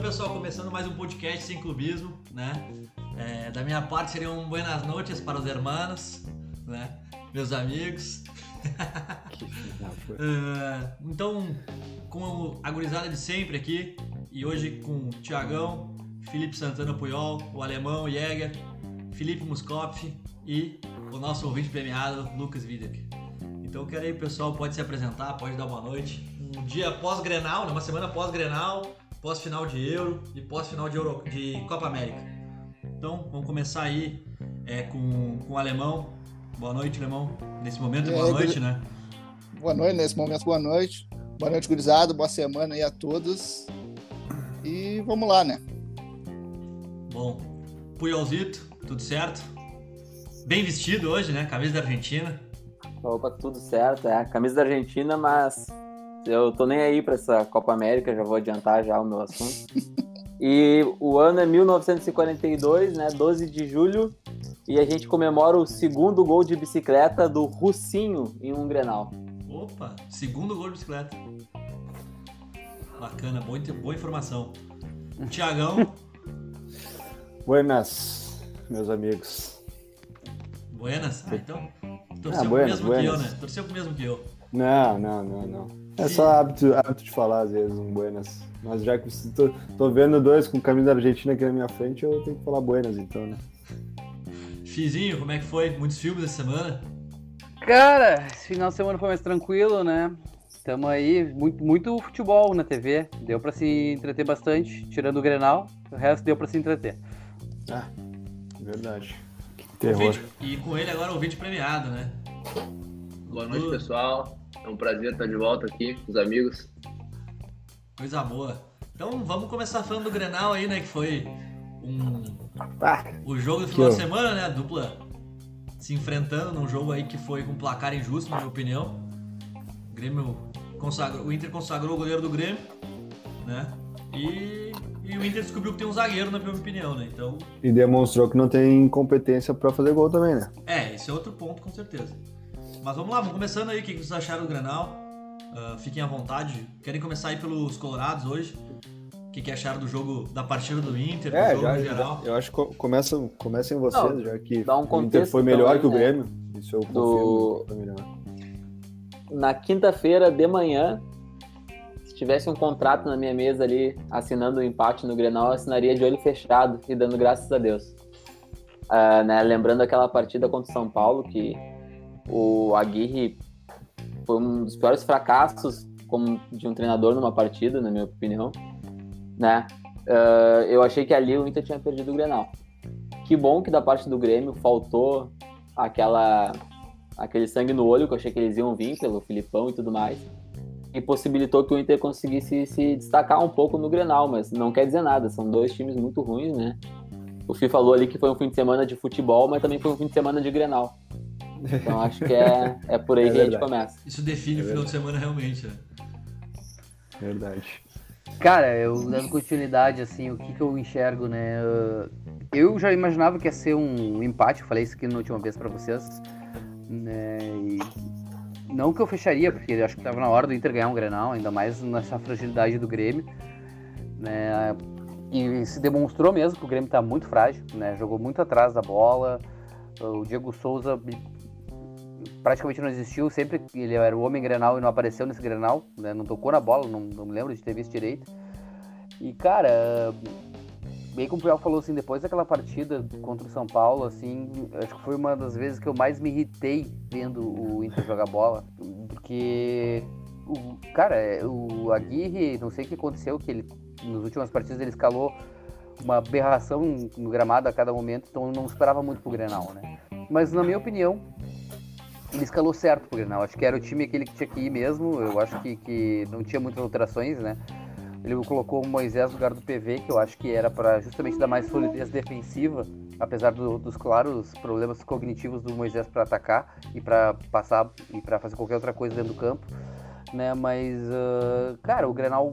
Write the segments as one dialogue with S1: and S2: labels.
S1: pessoal, começando mais um podcast sem clubismo, né? É, da minha parte seria um buenas noites para os hermanos, né? Meus amigos. É, então, com a gurizada de sempre aqui, e hoje com o Tiagão, Felipe Santana Puyol, o alemão Jäger, Felipe Muscopf e o nosso ouvinte premiado, Lucas Widek. Então, eu quero aí, pessoal, pode se apresentar, pode dar boa noite. Um dia pós-grenal, né? uma semana pós-grenal, pós-final de Euro e pós-final de, Euro- de Copa América. Então, vamos começar aí é, com, com o alemão. Boa noite, alemão. Nesse momento,
S2: E
S1: boa
S2: aí,
S1: noite,
S2: guri-
S1: né?
S2: Boa noite, nesse momento, boa noite. Boa noite, gurizada. Boa semana aí a todos. E vamos lá, né?
S1: Bom, Puyolzito, tudo certo? Bem vestido hoje, né? Camisa da Argentina.
S3: Opa, tudo certo. É a camisa da Argentina, mas eu tô nem aí pra essa Copa América, já vou adiantar já o meu assunto. E o ano é 1942, né? 12 de julho, e a gente comemora o segundo gol de bicicleta do Russinho em um Grenal.
S1: Opa, segundo gol de bicicleta. Bacana, boa, inte- boa informação. Tiagão,
S4: Buenas, meus amigos.
S1: buenas. Ah, então, torceu
S4: Ah,
S1: pro
S4: buenas,
S1: mesmo que eu,
S4: buenas.
S1: né? Torceu pro mesmo que eu.
S4: Não, não, não, não. É só hábito, hábito de falar às vezes um buenas. Mas já que eu tô, tô vendo dois com camisa argentina aqui na minha frente, eu tenho que falar buenas então, né?
S1: Fizinho, como é que foi? Muitos filmes essa semana?
S5: Cara, esse final de semana foi mais tranquilo, né? Tamo aí, muito, muito futebol na TV. Deu pra se entreter bastante, tirando o Grenal. O resto deu pra se entreter.
S4: Ah, Verdade. Que terror.
S1: Ouvinte- e com ele agora o vídeo premiado, né?
S6: Boa noite, pessoal. É um prazer estar de volta aqui com os amigos.
S1: Coisa boa. Então vamos começar falando do Grenal aí, né? Que foi um. o jogo do final
S4: Que
S1: de semana, né? A dupla se enfrentando num jogo aí que foi com um placar injusto, na minha opinião. O Grêmio consagrou. O Inter consagrou o goleiro do Grêmio, né? E, e o Inter descobriu que tem um zagueiro, na minha opinião, né? Então.
S4: E demonstrou que não tem competência pra fazer gol também, né?
S1: É, esse é outro ponto, com certeza. Mas vamos lá, vamos começando aí. O que vocês acharam do Granal? Ah, fiquem à vontade. Querem começar aí pelos Colorados hoje? O que, que acharam do jogo, da partida do Inter, do jogo no geral?
S4: É, eu acho que co- começa, começa em vocês,
S3: Então, Não,
S4: já que
S3: dá um
S4: o Inter
S3: contexto
S4: foi melhor
S3: também,
S4: que o
S3: né?
S4: Grêmio. Isso eu confirmo. Foi melhor.
S3: Na quinta-feira de manhã, se tivesse um contrato na minha mesa ali, assinando o empate no Grenal, eu assinaria de olho fechado e dando graças a Deus. Ah, né, lembrando aquela partida contra o São Paulo, que o Aguirre foi um dos piores fracassos como de um treinador numa partida, na minha opinião. Né? Ah, eu achei que ali o Inter tinha perdido o Grenal. Que bom que da parte do Grêmio faltou aquela aquele sangue no olho que eu achei que eles iam vir pelo Filipão e tudo mais. E possibilitou que o Inter conseguisse se destacar um pouco no Grenal, mas não quer dizer nada, são dois times muito ruins, né? O Fih falou ali que foi um fim de semana de futebol, mas também foi um fim de semana de Grenal. Então acho que é, é por aí
S4: É
S3: que a gente
S4: verdade.
S3: começa.
S1: Isso define
S4: É
S1: o final de semana realmente, né?
S4: Verdade.
S5: Cara, eu dando continuidade, assim, o que, que eu enxergo, né? Uh, Eu já imaginava que ia ser um empate, eu falei isso aqui na última vez pra vocês. Né? E não que eu fecharia, porque eu acho que tava na hora do Inter ganhar um Grenal, ainda mais nessa fragilidade do Grêmio. Né? E se demonstrou mesmo que o Grêmio tá muito frágil, né? Jogou muito atrás da bola. O Diego Souza praticamente não existiu, sempre que ele era o homem Grenal e não apareceu nesse Grenal, né? não tocou na bola, não, não me lembro de ter visto direito. E cara, bem como o Piau falou assim, depois daquela partida contra o São Paulo, assim, acho que foi uma das vezes que eu mais me irritei vendo o Inter jogar bola, porque o cara, é, o Aguirre, não sei o que aconteceu que ele nas últimas partidas ele escalou uma aberração no gramado a cada momento, então eu não esperava muito pro Grenal, né? Mas na minha opinião, ele escalou certo pro Grenal. Acho que era o time aquele que tinha que ir mesmo. Eu acho que, que não tinha muitas alterações, né? Ele colocou o Moisés no lugar do PV, que eu acho que era para justamente dar mais solidez defensiva, apesar do- dos claros problemas cognitivos do Moisés para atacar e para passar e para fazer qualquer outra coisa dentro do campo, né? Mas, ah, cara, o Grenal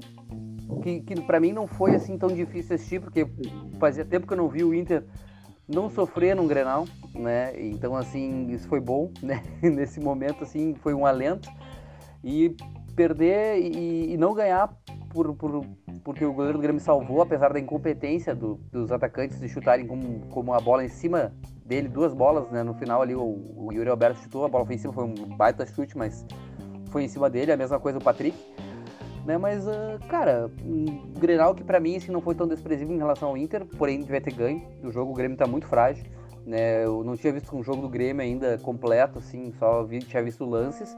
S5: que, que para mim não foi assim tão difícil assistir, porque fazia tempo que eu não vi o Inter não sofrer num Grenal, né? Então assim, isso foi bom, né? Nesse momento assim, foi um alento. E perder e, e não ganhar por, por porque o goleiro do Grêmio salvou, apesar da incompetência do- dos atacantes de chutarem como, como a bola em cima dele, duas bolas, né? No final ali o, o Yuri Alberto chutou, a bola foi em cima, foi um baita chute, mas foi em cima dele, a mesma coisa o Patrick. Né, mas, ah, cara, um Grenal que pra mim assim, não foi tão desprezível em relação ao Inter, porém devia ter ganho. O jogo, o Grêmio tá muito frágil. Né, eu não tinha visto um jogo do Grêmio ainda completo, assim, só vi- tinha visto lances.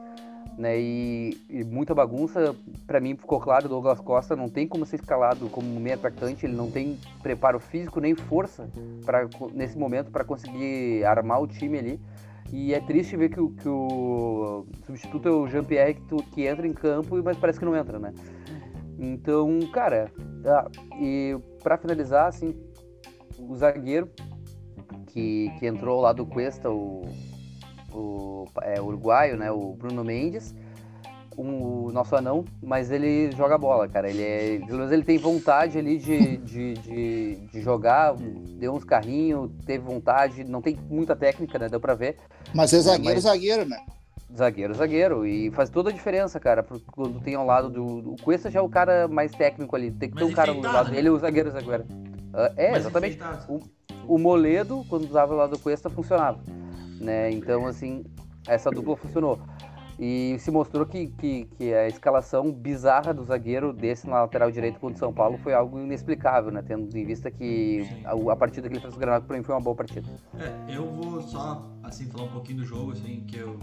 S5: Né, e, e muita bagunça, Pra mim ficou claro, o Douglas Costa não tem como ser escalado como meio atacante, ele não tem preparo físico nem força pra, nesse momento para conseguir armar o time ali. E é triste ver que o, que o substituto é o Jean-Pierre que, tu- que entra em campo, mas parece que não entra, né? Então, cara, ah, e pra finalizar, assim, o zagueiro que, que entrou lá do Cuesta, o, o é, uruguaio, né, o Bruno Mendes, um- o nosso anão, mas ele joga bola, cara. Ele é, pelo menos ele tem vontade ali de, de, de, de jogar, deu uns carrinhos, teve vontade, não tem muita técnica, né, deu pra ver,
S2: Mas é zagueiro,
S5: mas-
S2: zagueiro, né?
S4: Ah,
S5: Zagueiro, zagueiro. E faz toda a diferença, cara. pro- Quando tem ao lado do. O Cuesta já é o cara mais técnico ali. Tem que
S1: Mas
S5: ter um cara ao
S1: enfeitado,
S5: lado
S1: né?
S5: dele, o zagueiro, o zagueiro. Ah, É,
S1: Mas tá.
S5: exatamente.
S1: enfeitado.
S5: O Moledo, quando usava ao lado do Cuesta, funcionava. Né? Então, assim, essa dupla funcionou. E se mostrou que, que, que a escalação bizarra do zagueiro desse na lateral direito contra o São Paulo foi algo inexplicável, né? Tendo em vista que a, a partida que ele fez com o Granada, pra mim, foi uma boa partida.
S1: É, eu vou só assim falar um pouquinho do jogo assim que eu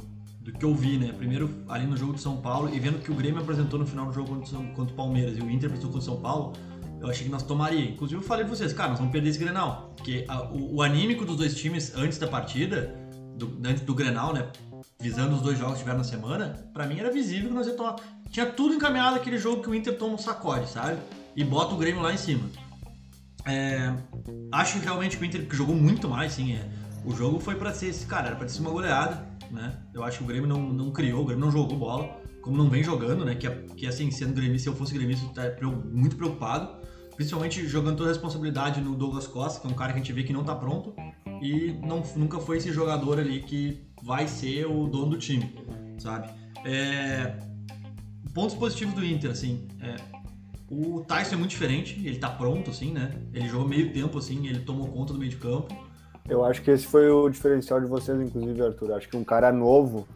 S1: do que eu vi, né? Primeiro ali no jogo de São Paulo e vendo que o Grêmio apresentou no final do jogo contra o São- contra o Palmeiras e o Inter apresentou contra o São Paulo, eu achei que nós tomaria. Inclusive eu falei pra vocês, cara, nós vamos perder esse Grenal, porque a- o, o anímico dos dois times antes da partida, do, antes do Grenal, né? Visando os dois jogos que tiveram na semana, pra mim era visível que nós ia tomar. Tinha tudo encaminhado aquele jogo que o Inter toma um sacode, sabe? E bota o Grêmio lá em cima. É, acho que realmente que o Inter jogou muito mais, sim. é. O jogo foi pra ser, esse- cara, era pra ser uma goleada, né? Eu acho que o Grêmio não, não criou, o Grêmio não jogou bola, como não vem jogando, né? Que, é- que assim, sendo gremista, se eu fosse gremista, eu tá preo- muito preocupado. Principalmente jogando toda a responsabilidade no Douglas Costa, que é um cara que a gente vê que não tá pronto. E não, nunca foi esse jogador ali que vai ser o dono do time, sabe? É, pontos positivos do Inter, assim. é, o Tyson é muito diferente, ele tá pronto, assim, né? Ele jogou meio tempo, assim, ele tomou conta do meio de campo.
S4: Eu acho que esse foi o diferencial de vocês, inclusive, Arthur. Acho que um cara novo,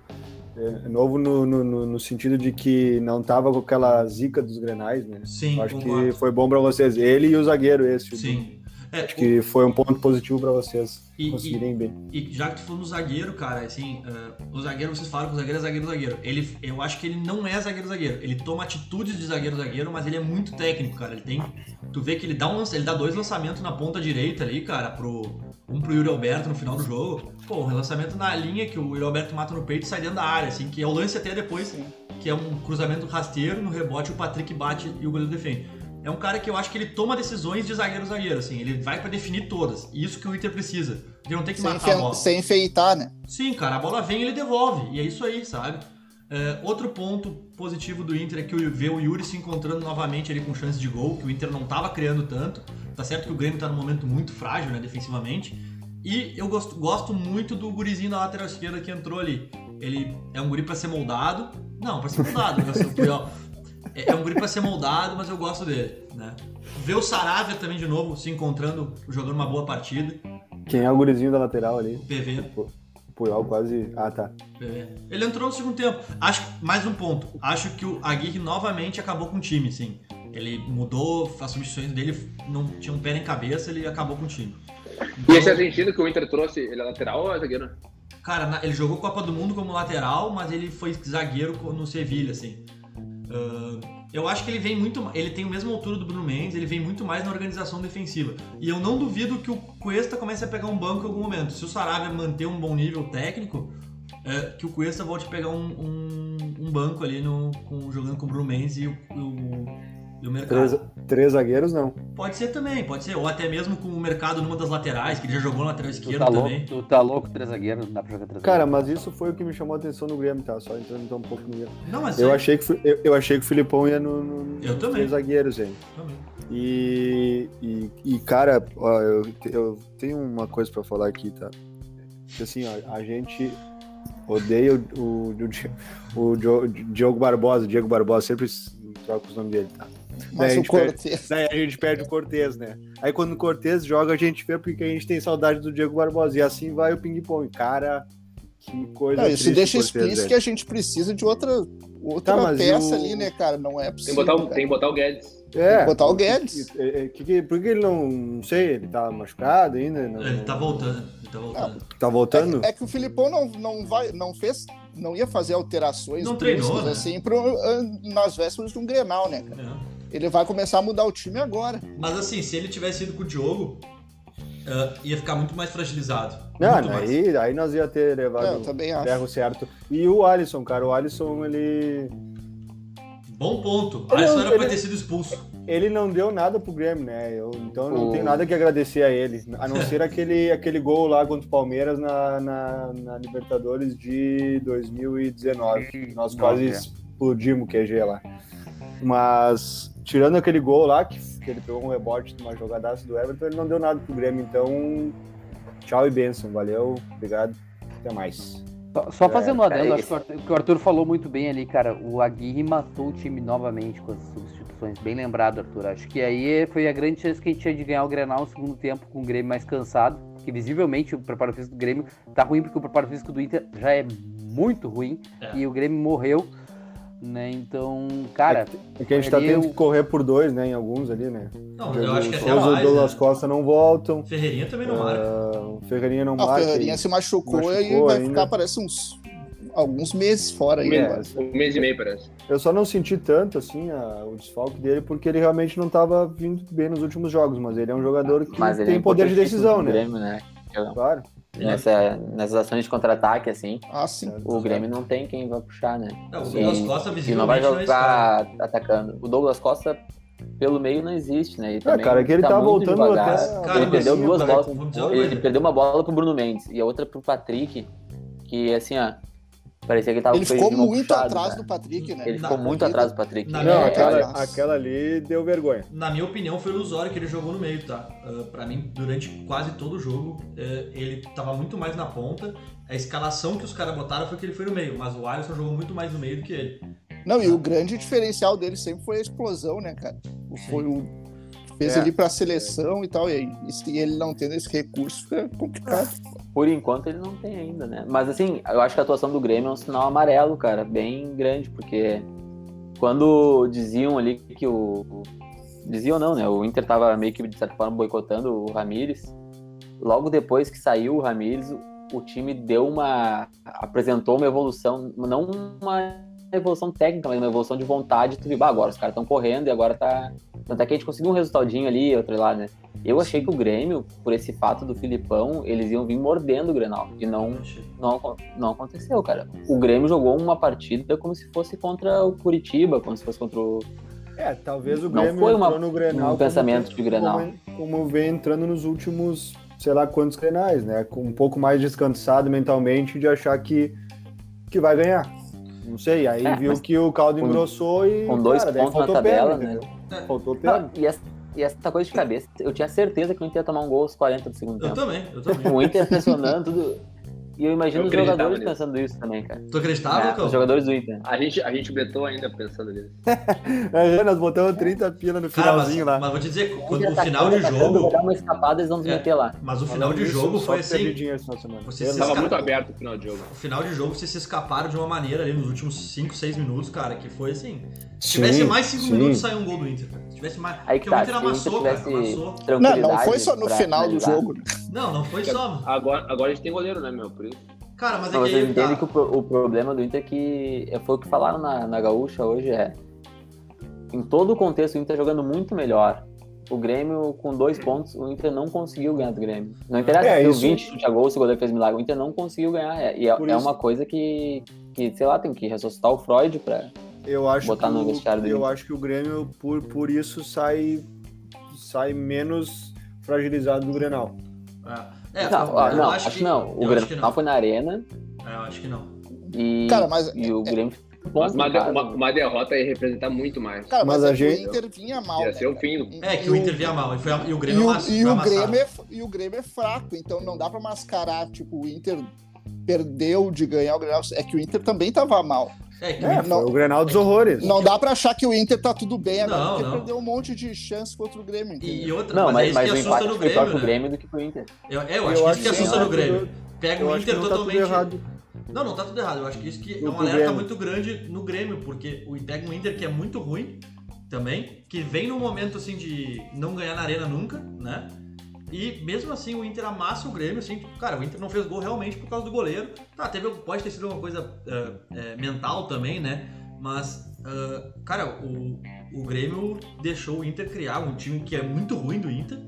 S4: é, novo no, no- no- no sentido de que não tava com aquela zica dos grenais, né?
S1: Sim,
S4: acho que
S1: concordo.
S4: foi bom pra vocês. Ele e o zagueiro, esse.
S1: Sim. É,
S4: Acho que foi um ponto positivo pra vocês
S1: E-
S4: conseguirem bem.
S1: E já que tu falou no zagueiro, cara, assim, eh, o zagueiro, vocês falam que o zagueiro é zagueiro zagueiro. Ele, eu acho que ele não é zagueiro zagueiro. Ele toma atitudes de zagueiro zagueiro, mas ele é muito técnico, cara. Ele tem. Tu vê que ele dá um lance- ele dá dois lançamentos na ponta direita ali, cara, pro. Um pro Yuri Alberto no final do jogo. Pô, um lançamento na linha que o Yuri Alberto mata no peito e sai dentro da área, assim, que é o lance até depois, que é um cruzamento rasteiro, no rebote o Patrick bate e o goleiro defende. É um cara que eu acho que ele toma decisões de zagueiro zagueiro, assim, ele vai pra definir todas. E Isso que o Inter precisa. Ele não tem que
S2: Sem,
S1: matar a
S2: enfe-
S1: bola.
S2: sem enfeitar, né?
S1: Sim, cara, a bola vem e ele devolve. E é isso aí, sabe? É, outro ponto positivo do Inter é que o- ver o Yuri se encontrando novamente ali com chance de gol, que o Inter não tava criando tanto. Tá certo que o Grêmio tá num momento muito frágil, né, defensivamente. E eu gosto, gosto muito do gurizinho da lateral esquerda que entrou ali. Ele é um guri pra ser moldado. Não, pra ser moldado, né, seu Puyol? É, é um guri pra ser moldado, mas eu gosto dele, né? Ver o Saravia também de novo se encontrando, jogando uma boa partida.
S4: Quem é o gurizinho da lateral ali?
S1: O PV
S4: O Puyol quase. Ah, tá.
S1: É. Ele entrou no segundo tempo. Acho, mais um ponto. Acho que o Aguirre novamente acabou com o time, sim. Ele mudou, as substituições dele não tinham um pé em cabeça, ele acabou com o time.
S6: E
S1: Então,
S6: esse é argentino que o Inter trouxe, ele é lateral ou é zagueiro?
S1: Cara, na- ele jogou Copa do Mundo como lateral, mas ele foi zagueiro co- no Sevilha, assim. Ah, eu acho que ele vem muito. ma- Ele tem a mesma altura do Bruno Mendes, ele vem muito mais na organização defensiva. E eu não duvido que o Cuesta comece a pegar um banco em algum momento. Se o Sarabia manter um bom nível técnico, é, que o Cuesta volte a pegar um, um- um banco ali no, com- jogando com o Bruno Mendes e o, e o, e o mercado.
S4: Três, três zagueiros, não.
S1: Pode ser também, pode ser. Ou até mesmo com o mercado numa das laterais, que ele já jogou na lateral
S5: Tu
S1: esquerda
S5: tá,
S1: também.
S5: louco, tu tá louco, três zagueiros, não dá pra jogar três
S4: Cara, mas isso foi o que me chamou a atenção no Grêmio, tá? Só entrando então um pouco no Grêmio.
S1: Não, mas
S4: Eu achei que, fi- eu, eu achei que o Filipão ia no, no,
S1: Eu
S4: nos
S1: também.
S4: três zagueiros, hein?
S1: Também.
S4: E, e, e, cara, ó, eu, te- eu tenho uma coisa pra falar aqui, tá? Que assim, ó, a gente odeia o, o, o Di- o Diogo Barbosa, Diego Barbosa, sempre s- troco os nomes dele, tá? Daí a
S2: Márcio
S4: gente perde-
S2: Cortez.
S4: Daí a gente perde o Cortez, né? Aí quando o Cortez joga, a gente vê porque a gente tem saudade do Diego Barbosa. E assim vai o ping-pong. Cara, que coisa.
S2: Não, isso
S4: triste
S2: deixa
S4: o Cortez,
S2: explícito que
S4: velho.
S2: a gente precisa de outra, outra
S4: Tá, mas
S2: peça
S4: e o-
S2: ali, né, cara? Não é
S6: Tem que
S2: possível.
S6: botar,
S7: um
S6: o-
S2: cara.
S6: tem que botar o Guedes.
S2: Tem
S4: É.
S2: que botar o Guedes.
S4: Que- é, é, que- que- por que ele não. Não sei, ele tá machucado ainda? Não,
S1: Ele tá voltando, ele tá voltando.
S4: Tá voltando?
S2: É, que o Filipão não, não, vai, não fez, não ia fazer alterações
S1: Não treinou,
S2: bruscas,
S1: né?
S2: assim, pro, nas vésperas de um Grenal, né, cara?
S1: É.
S2: Ele vai começar a mudar o time agora.
S1: Mas assim, se ele tivesse ido com o Diogo, ah, ia ficar muito mais fragilizado.
S4: Não,
S1: muito mais.
S4: Ah, aí, aí nós ia ter
S2: Não,
S4: levado
S2: É, eu também
S4: o
S2: acho.
S4: ferro certo. E o Alisson, cara, o Alisson, ele.
S1: Bom ponto.
S4: Ele- é um
S1: Alisson era pra
S4: ele-
S1: ter sido expulso.
S4: Ele não deu nada pro Grêmio, né? Eu- então não
S5: O-
S4: tenho nada que agradecer a ele. A não ser aquele, aquele gol lá contra o Palmeiras na, na, na Libertadores de 2019. Nós quase
S5: Nossa, é.
S4: explodimos o QG lá. Mas, tirando aquele gol lá, que, que ele pegou um rebote de uma jogadaça do Everton, ele não deu nada pro Grêmio. Então, tchau e benção. Valeu, obrigado. Até mais.
S5: Só, só fazendo um adendo,
S3: cara,
S5: acho que o, Arthur, que o Arthur falou muito bem ali, cara. O Aguirre matou o time novamente com as substituições. Bem lembrado, Arthur. Acho que aí foi a grande chance que a gente tinha de ganhar o Grenal no segundo tempo com o Grêmio mais cansado. Porque visivelmente o preparo físico do Grêmio tá ruim, porque o preparo físico do Inter já é muito ruim.
S1: É.
S5: E o Grêmio morreu, né? Então, cara,
S4: É que a gente tá
S5: Valeu.
S4: tendo que correr por dois, né? Em alguns ali, né?
S1: Não, eu acho que até
S4: Souza e
S1: mais.
S4: Douglas
S1: né?
S4: Costa não voltam.
S1: Ferreirinha também não marca.
S4: Ah, o Ferreirinha não
S2: A
S4: marca.
S2: Ferreirinha se machucou, e
S4: machucou
S2: vai
S4: ainda.
S2: ficar, parece, uns alguns meses fora aí
S4: É,
S2: agora.
S6: Um mês e meio, parece.
S4: Eu só não senti tanto assim a- o desfalque dele porque ele realmente não estava vindo bem nos últimos jogos, mas ele é um jogador que
S3: Mas ele
S4: tem
S3: é
S4: poder de decisão,
S3: importantíssimo pro
S4: né? É.
S3: Grêmio, né?
S4: Claro.
S3: Nessa, nessas ações de contra-ataque, assim,
S2: Ah, sim.
S3: o Grêmio não tem quem vai puxar, né?
S1: é- Não, o Douglas
S3: E-
S1: Costa
S3: E não vai
S1: visivelmente não está.
S3: jogar atacando. O Douglas Costa, pelo meio, não existe, né? E
S4: É,
S3: também
S4: cara, que ele tá,
S3: muito
S4: voltando
S3: devagar.
S4: até.
S1: Cara, então
S3: ele perdeu
S1: mas-
S3: duas
S1: mas-
S3: bolas.
S1: vamos dizer uma
S3: Ele
S1: coisa.
S3: perdeu uma bola pro Bruno Mendes e a outra pro Patrick, que assim, ó, parecia que ele tava
S2: Ele
S3: com o
S2: ficou
S3: pezinho
S2: muito
S3: puxado,
S2: atrás
S3: né?
S2: do Patrick, né?
S3: Ele
S1: Na-
S3: ficou muito atrás do Patrick.
S1: Na-
S3: É,
S4: Não,
S2: É,
S4: aquela,
S2: aliás.
S4: aquela ali deu vergonha.
S1: Na minha opinião, foi ilusório que ele jogou no meio, tá? Ah, pra mim, durante quase todo o jogo, eh, ele tava muito mais na ponta. A escalação que os caras botaram foi que ele foi no meio, mas o Alisson jogou muito mais no meio do que ele.
S2: Não, e o grande diferencial dele sempre foi a explosão, né, cara? O- Foi o. Fez
S4: É.
S2: ele pra seleção e tal, e, aí, e se ele não tendo esse recurso, fica complicado.
S3: Por enquanto ele não tem ainda, né? Mas assim, eu acho que a atuação do Grêmio é um sinal amarelo, cara, bem grande, porque quando diziam ali que o. o- Diziam não, né? O Inter tava meio que, de certa forma, boicotando o Ramires. Logo depois que saiu o Ramires, o- o time deu uma. apresentou uma evolução, não uma evolução técnica, mas uma evolução de vontade. Tu viu, "Bah, agora os caras estão correndo e agora tá. Tanto é que a gente conseguiu um resultadinho ali, outro lá, né? Eu achei que o Grêmio, por esse fato do Filipão, eles iam vir mordendo o Grenal. E não, não, acon- não aconteceu, cara. O Grêmio jogou uma partida como se fosse contra o Curitiba, como se fosse contra o.
S4: É, talvez o
S3: Não
S4: Grêmio
S3: foi uma- um
S4: entrou no Grenal. como
S3: pensamento
S4: vem-
S3: de Grenal.
S4: Como, como vem entrando nos últimos, sei lá quantos Grenais, né? Com um pouco mais descansado mentalmente de achar que, que vai ganhar. Não sei, aí
S3: É,
S4: viu
S3: mas
S4: que o caldo
S3: com-
S4: engrossou e.
S3: com dois
S4: cara, daí
S3: pontos na
S4: faltou
S3: tabela,
S4: perna,
S3: né?
S4: entendeu? Faltou perna.
S3: Não, e, essa, e essa coisa de cabeça, eu tinha certeza que o Inter ia tomar um gol aos 40 do segundo
S1: Eu
S3: tempo.
S1: também, eu também.
S3: O Inter pressionando tudo. E eu imagino
S6: Eu
S3: os
S6: acreditava
S3: jogadores
S6: nisso.
S3: pensando isso também, cara.
S1: Tu acreditava,
S3: Né? os
S1: Lucão?
S3: jogadores do Inter.
S6: A gente, a gente betou ainda pensando nisso.
S4: É, nós botamos 30 pila no
S1: Cara, mas,
S4: finalzinho lá.
S1: mas vou te dizer, quando,
S3: Inter
S1: o final de
S3: atacando, atacando,
S1: jogo.
S3: Dar uma escapada, eles vão se
S1: É.
S3: meter lá.
S1: Mas o final de
S4: Falando isso,
S1: jogo
S4: só
S1: foi
S4: perdi
S1: assim.
S4: dinheiro essa semana.
S1: Você se
S4: Eu não-
S6: Tava
S1: cara-
S6: muito aberto o final de jogo.
S1: O final de jogo, vocês se escaparam de uma maneira ali nos últimos 5, 6 minutos, cara, que foi assim. Se tivesse
S4: Sim,
S1: mais 5
S4: sim.
S1: minutos, saiu um gol do Inter, cara. Se tivesse mais.
S3: Aí que
S1: Porque o
S3: tá,
S1: Inter
S3: se o Inter
S1: amassou,
S3: tivesse
S1: cara. Amassou.
S2: Não,
S3: tranquilidade...
S2: não foi só no
S3: pra
S2: final do
S3: finalizar.
S2: jogo. né?
S1: Não, não foi só.
S6: Agora, agora a gente tem goleiro, né, meu? Por isso.
S1: Cara, mas é
S3: Não, mas
S1: que
S3: eu
S1: aí.
S3: entendo
S1: Tá.
S3: que o, pro- o problema do Inter é que é, foi o que falaram na, na Gaúcha hoje é em todo o contexto o Inter tá jogando muito melhor. O Grêmio com dois pontos, o Inter não conseguiu ganhar do Grêmio. Não interessa
S4: É,
S3: se deu
S4: isso-
S3: 20 chute a gol, se o goleiro fez milagre, o Inter não conseguiu ganhar. É- E é,
S4: Por
S3: é
S4: isso-
S3: uma coisa que, que, sei lá, tem que ressuscitar o Freud pra.
S4: Eu acho
S3: Botar
S4: que
S3: no
S4: o-
S3: vestiário do
S4: Eu
S3: Inter.
S4: acho que o Grêmio, por, por isso, sai, sai menos fragilizado do Grenal.
S1: É, é,
S3: não,
S1: eu,
S3: ó,
S1: eu
S3: não,
S1: acho que
S3: não. O
S1: eu acho que
S3: Grêmio tá
S1: não.
S3: foi na arena
S1: É, eu acho que não.
S3: e,
S2: Cara, mas-
S3: e
S1: é,
S3: o Grêmio
S6: Mas
S3: ponto,
S6: uma,
S3: cara.
S6: uma, uma derrota ia representar muito mais.
S2: Cara, mas,
S4: Mas a
S2: é que
S4: gente-
S2: o Inter vinha mal.
S6: Ia
S2: né,
S6: ser o
S2: cara?
S6: fim do-
S1: É que o Inter vinha mal, e, foi, e o
S2: E
S1: Grêmio
S2: o,
S1: amass-
S2: e,
S1: foi
S2: o
S1: amassado.
S2: Grêmio é, f- e o Grêmio é fraco, então não dá pra mascarar, tipo, o Inter perdeu de ganhar o Grenal. É que o Inter também tava mal.
S1: É, que
S4: É,
S2: Não.
S4: foi o Grenal dos horrores.
S2: Não dá pra achar que o Inter tá tudo bem agora,
S1: Não,
S2: porque
S1: não.
S2: perdeu um monte de chance contra o Grêmio.
S1: E,
S2: entendeu?
S1: e outra,
S3: Não,
S1: mas, é
S3: mas, mas o
S1: isso que assusta
S3: empate
S1: no
S3: foi pior
S1: Grêmio,
S3: pro
S1: né?
S3: Grêmio do que pro Inter.
S1: Eu, é, eu acho que isso que
S4: acho que
S1: assusta
S4: não
S1: no
S4: tá
S1: Grêmio.
S4: tudo-
S1: Pega
S4: Eu
S1: o
S4: acho que
S1: Inter
S4: não tá tudo
S1: totalmente.
S4: errado.
S1: Não, não tá tudo errado. Eu acho que isso que é
S4: No
S1: um alerta
S4: Grêmio.
S1: muito grande no Grêmio, porque o pega um Inter que é muito ruim também, que vem num momento assim de não ganhar na arena nunca, né? E mesmo assim o Inter amassa o Grêmio, assim, tipo, cara, o Inter não fez gol realmente por causa do goleiro. Tá, teve, pode ter sido uma coisa é, é, mental também, né? Mas, é, cara, o, o Grêmio deixou o Inter criar um time que é muito ruim do Inter.